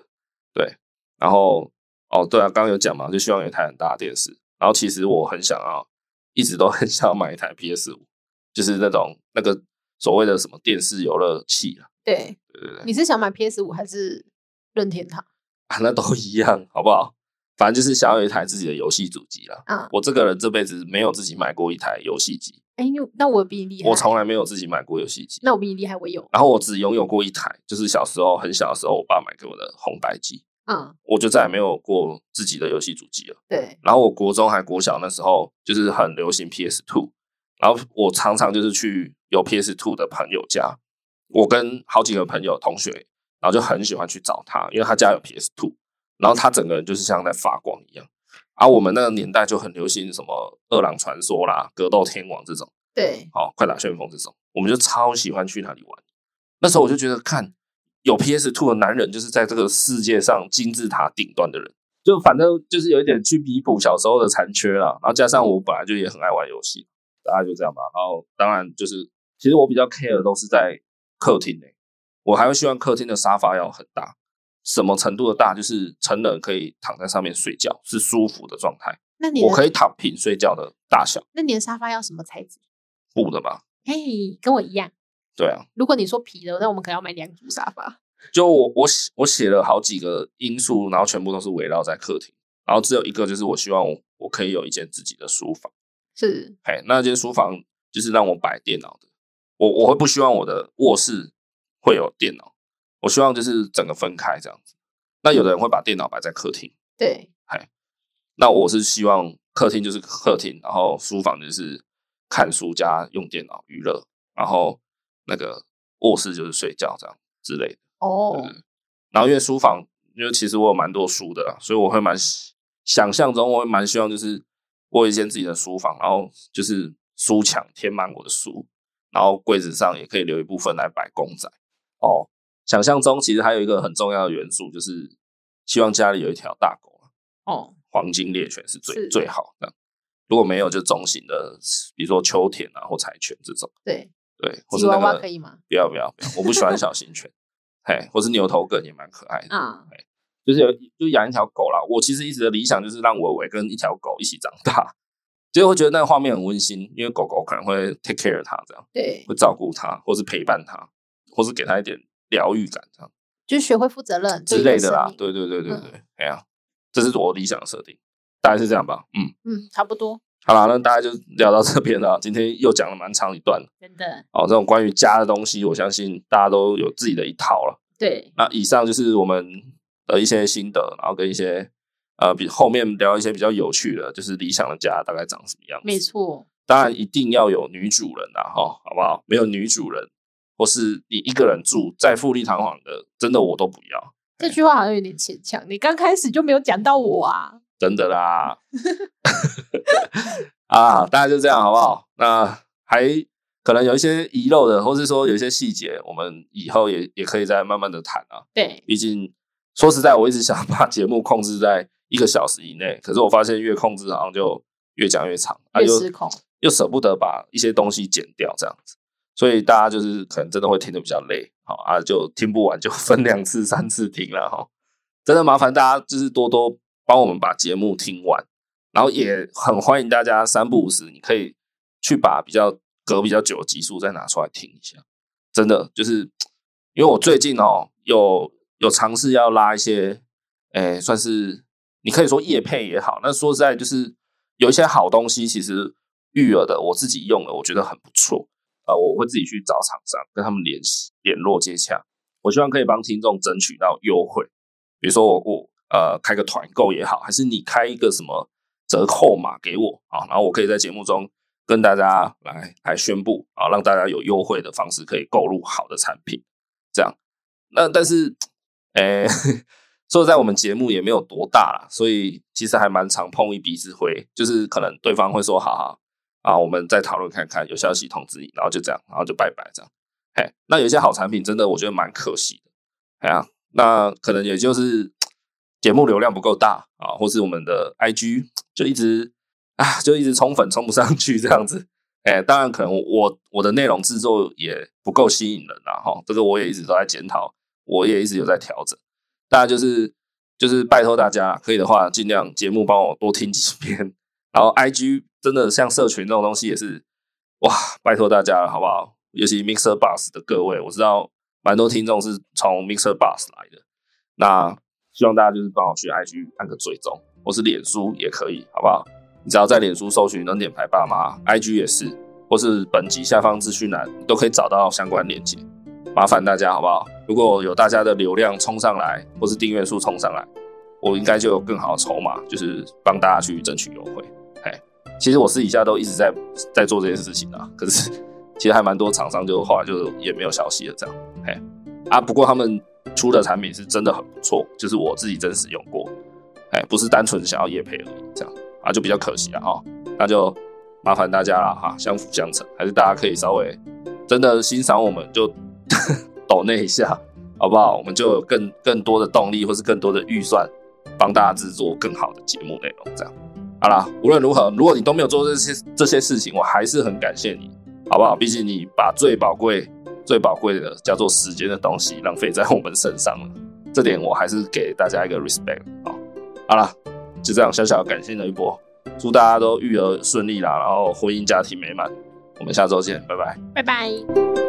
Speaker 1: 对，然后哦，对啊，刚刚有讲嘛，就希望有一台很大的电视。然后其实我很想要，一直都 (laughs) 很想要买一台 PS 五，就是那种那个所谓的什么电视游乐器啊，
Speaker 2: 对，
Speaker 1: 对对对，
Speaker 2: 你是想买 PS 五还是任天堂？
Speaker 1: 啊，那都一样，好不好？反正就是想要有一台自己的游戏主机啦。
Speaker 2: 嗯，
Speaker 1: 我这个人这辈子没有自己买过一台游戏机，
Speaker 2: 哎，你那我比你厉害，
Speaker 1: 我从来没有自己买过游戏机。
Speaker 2: 那我比你厉害，我有，
Speaker 1: 然后我只拥有过一台，就是小时候很小的时候，我爸买给我的红白机，
Speaker 2: 嗯，
Speaker 1: 我就再也没有过自己的游戏主机了。
Speaker 2: 对
Speaker 1: 然后我国中还国小那时候，就是很流行 PS Two，然后我常常就是去有 PS Two 的朋友家，我跟好几个朋友同学，然后就很喜欢去找他，因为他家有 PS Two，然后他整个人就是像在发光一样。啊，我们那个年代就很流行什么《饿狼传说》啦、《格斗天王》这种，
Speaker 2: 对，
Speaker 1: 好、快打旋风这种，我们就超喜欢去那里玩。那时候我就觉得，看有 PS Two 的男人，就是在这个世界上金字塔顶端的人。就反正就是有一点去弥补小时候的残缺啦，然后加上我本来就也很爱玩游戏，大概就这样吧。然后当然就是，其实我比较 care 的都是在客厅内、我还会希望客厅的沙发要很大，什么程度的大，就是成人可以躺在上面睡觉是舒服的状态，
Speaker 2: 那你
Speaker 1: 我可
Speaker 2: 以，
Speaker 1: 以躺平睡觉的大小，
Speaker 2: 那你的沙发要什么材质？
Speaker 1: 布的吧？
Speaker 2: 嘿，跟我一样。
Speaker 1: 对啊，
Speaker 2: 如果你说皮的，那我们可能要买两组沙发。
Speaker 1: 就我我写我写了好几个因素，然后全部都是围绕在客厅，然后只有一个就是我希望我我可以有一间自己的书房。
Speaker 2: 是，
Speaker 1: 哎，那间书房就是让我摆电脑的。我我会不希望我的卧室会有电脑，我希望就是整个分开这样子。那有的人会把电脑摆在客厅，
Speaker 2: 对，
Speaker 1: 那我是希望客厅就是客厅，然后书房就是看书加用电脑娱乐，然后那个卧室就是睡觉这样之类的。
Speaker 2: 哦，
Speaker 1: 然后因为书房，因为其实我有蛮多书的啦，所以我会蛮喜想象中，我会蛮希望就是我有一间自己的书房，然后就是书墙填满我的书，然后柜子上也可以留一部分来摆公仔。哦，想象中其实还有一个很重要的元素，就是希望家里有一条大狗，啊
Speaker 2: 哦，
Speaker 1: 黄金猎犬是最
Speaker 2: 是
Speaker 1: 最好的。如果没有，就中型的，比如说秋田啊或柴犬这种，
Speaker 2: 对，
Speaker 1: 对，或
Speaker 2: 吉
Speaker 1: 是那
Speaker 2: 娃娃
Speaker 1: 个
Speaker 2: 可以吗？
Speaker 1: 不要不要不要，我不喜欢小型犬，嘿，或是牛头梗也蛮可爱的。
Speaker 2: 啊，
Speaker 1: 就是有就养一条狗啦。我其实一直的理想就是让伟伟跟一条狗一起长大，就是会觉得那个画面很温馨，因为狗狗可能会 take care 它，这样
Speaker 2: 对，
Speaker 1: 会照顾它，或是陪伴它，或是给它一点疗愈感这样
Speaker 2: 就学会负责任
Speaker 1: 之
Speaker 2: 对一个
Speaker 1: 类的
Speaker 2: 生
Speaker 1: 啦
Speaker 2: 命。
Speaker 1: 对对对对
Speaker 2: 嗯
Speaker 1: 对，哎呀、这是我理想的设定，大概是这样吧。嗯，
Speaker 2: 嗯，差不多，
Speaker 1: 好啦，那大家就聊到这边了。今天又讲了蛮长一段了
Speaker 2: 真的，
Speaker 1: 哦，这种关于家的东西，我相信大家都有自己的一套了。
Speaker 2: 对，
Speaker 1: 那以上就是我们的一些心得，然后跟一些呃比后面聊一些比较有趣的，就是理想的家大概长什么样
Speaker 2: 没
Speaker 1: 子。
Speaker 2: 错，
Speaker 1: 当然一定要有女主人啦，哈，好不好？没有女主人，或是你一个人住，再富丽堂皇的，真的我都不要，
Speaker 2: 这句话好像有点牵强，你刚开始就没有讲到我啊。
Speaker 1: 真的啦。
Speaker 2: (laughs)
Speaker 1: 啊，大家就这样好不好？那还可能有一些遗漏的，或是说有一些细节，我们以后也也可以再慢慢的谈啊。
Speaker 2: 对，
Speaker 1: 毕竟说实在，我一直想把节目控制在一个小时以内，可是我发现越控制好像就越讲越长，啊，
Speaker 2: 越
Speaker 1: 又
Speaker 2: 失控
Speaker 1: 又舍不得把一些东西剪掉这样子，所以大家就是可能真的会听得比较累，好啊，就听不完就 (laughs) 分两次、三次听了哈。真的麻烦大家就是多多帮我们把节目听完，然后也很欢迎大家三不五时，你可以去把比较隔比较久的集数再拿出来听一下。真的就是因为我最近哦有有尝试要拉一些，诶、算是你可以说业配也好，那说实在就是有一些好东西，其实育儿的我自己用了，我觉得很不错。呃，我会自己去找厂商跟他们联系、联络接洽，我希望可以帮听众争取到优惠，比如说我我呃开个团购也好，还是你开一个什么折扣码给我啊，然后我可以在节目中跟大家来来宣布啊，让大家有优惠的方式可以购入好的产品，这样。那但是，诶、 (laughs) 说实在我们节目也没有多大啦，所以其实还蛮常碰一鼻子灰，就是可能对方会说好好啊，我们再讨论看看，有消息通知你，然后就这样，然后就拜拜这样。嘿，那有一些好产品真的我觉得蛮可惜的，哎呀、那可能也就是节目流量不够大啊，或是我们的 IG 就一直啊就一直冲粉冲不上去这样子。哎，当然可能我我的内容制作也不够吸引人啦，哈，这个我也一直都在检讨，我也一直有在调整。大家就是就是拜托大家，可以的话尽量节目帮我多听几遍，然后 IG 真的像社群这种东西也是，哇，拜托大家了，好不好？尤其 Mixer Bus 的各位，我知道蛮多听众是从 Mixer Bus 来的，那希望大家就是帮我去 IG 按个追踪，或是脸书也可以，好不好？你只要在脸书搜寻“能点牌爸妈 ”，IG 也是，或是本集下方资讯栏都可以找到相关链接。麻烦大家好不好？如果有大家的流量冲上来，或是订阅数冲上来，我应该就有更好的筹码，就是帮大家去争取优惠。哎，其实我私底下都一直在在做这件事情啊，可是其实还蛮多厂商就后来就也没有消息了这样，嘿，啊，不过他们出的产品是真的很不错，就是我自己真使用过，哎，不是单纯想要夜配而已，这样啊就比较可惜了哈，那就麻烦大家了哈，相辅相成，还是大家可以稍微真的欣赏我们就 (laughs) 抖那一下，好不好？我们就有更更多的动力或是更多的预算，帮大家制作更好的节目内容这样。好啦，无论如何，如果你都没有做这些这些事情，我还是很感谢你，好不好？毕竟你把最宝贵、最宝贵的叫做时间的东西浪费在我们身上了，这点我还是给大家一个 respect 啊。好啦，就这样，小小感谢了一波，祝大家都育儿顺利啦，然后婚姻家庭美满。我们下周见，拜拜。
Speaker 2: 拜拜。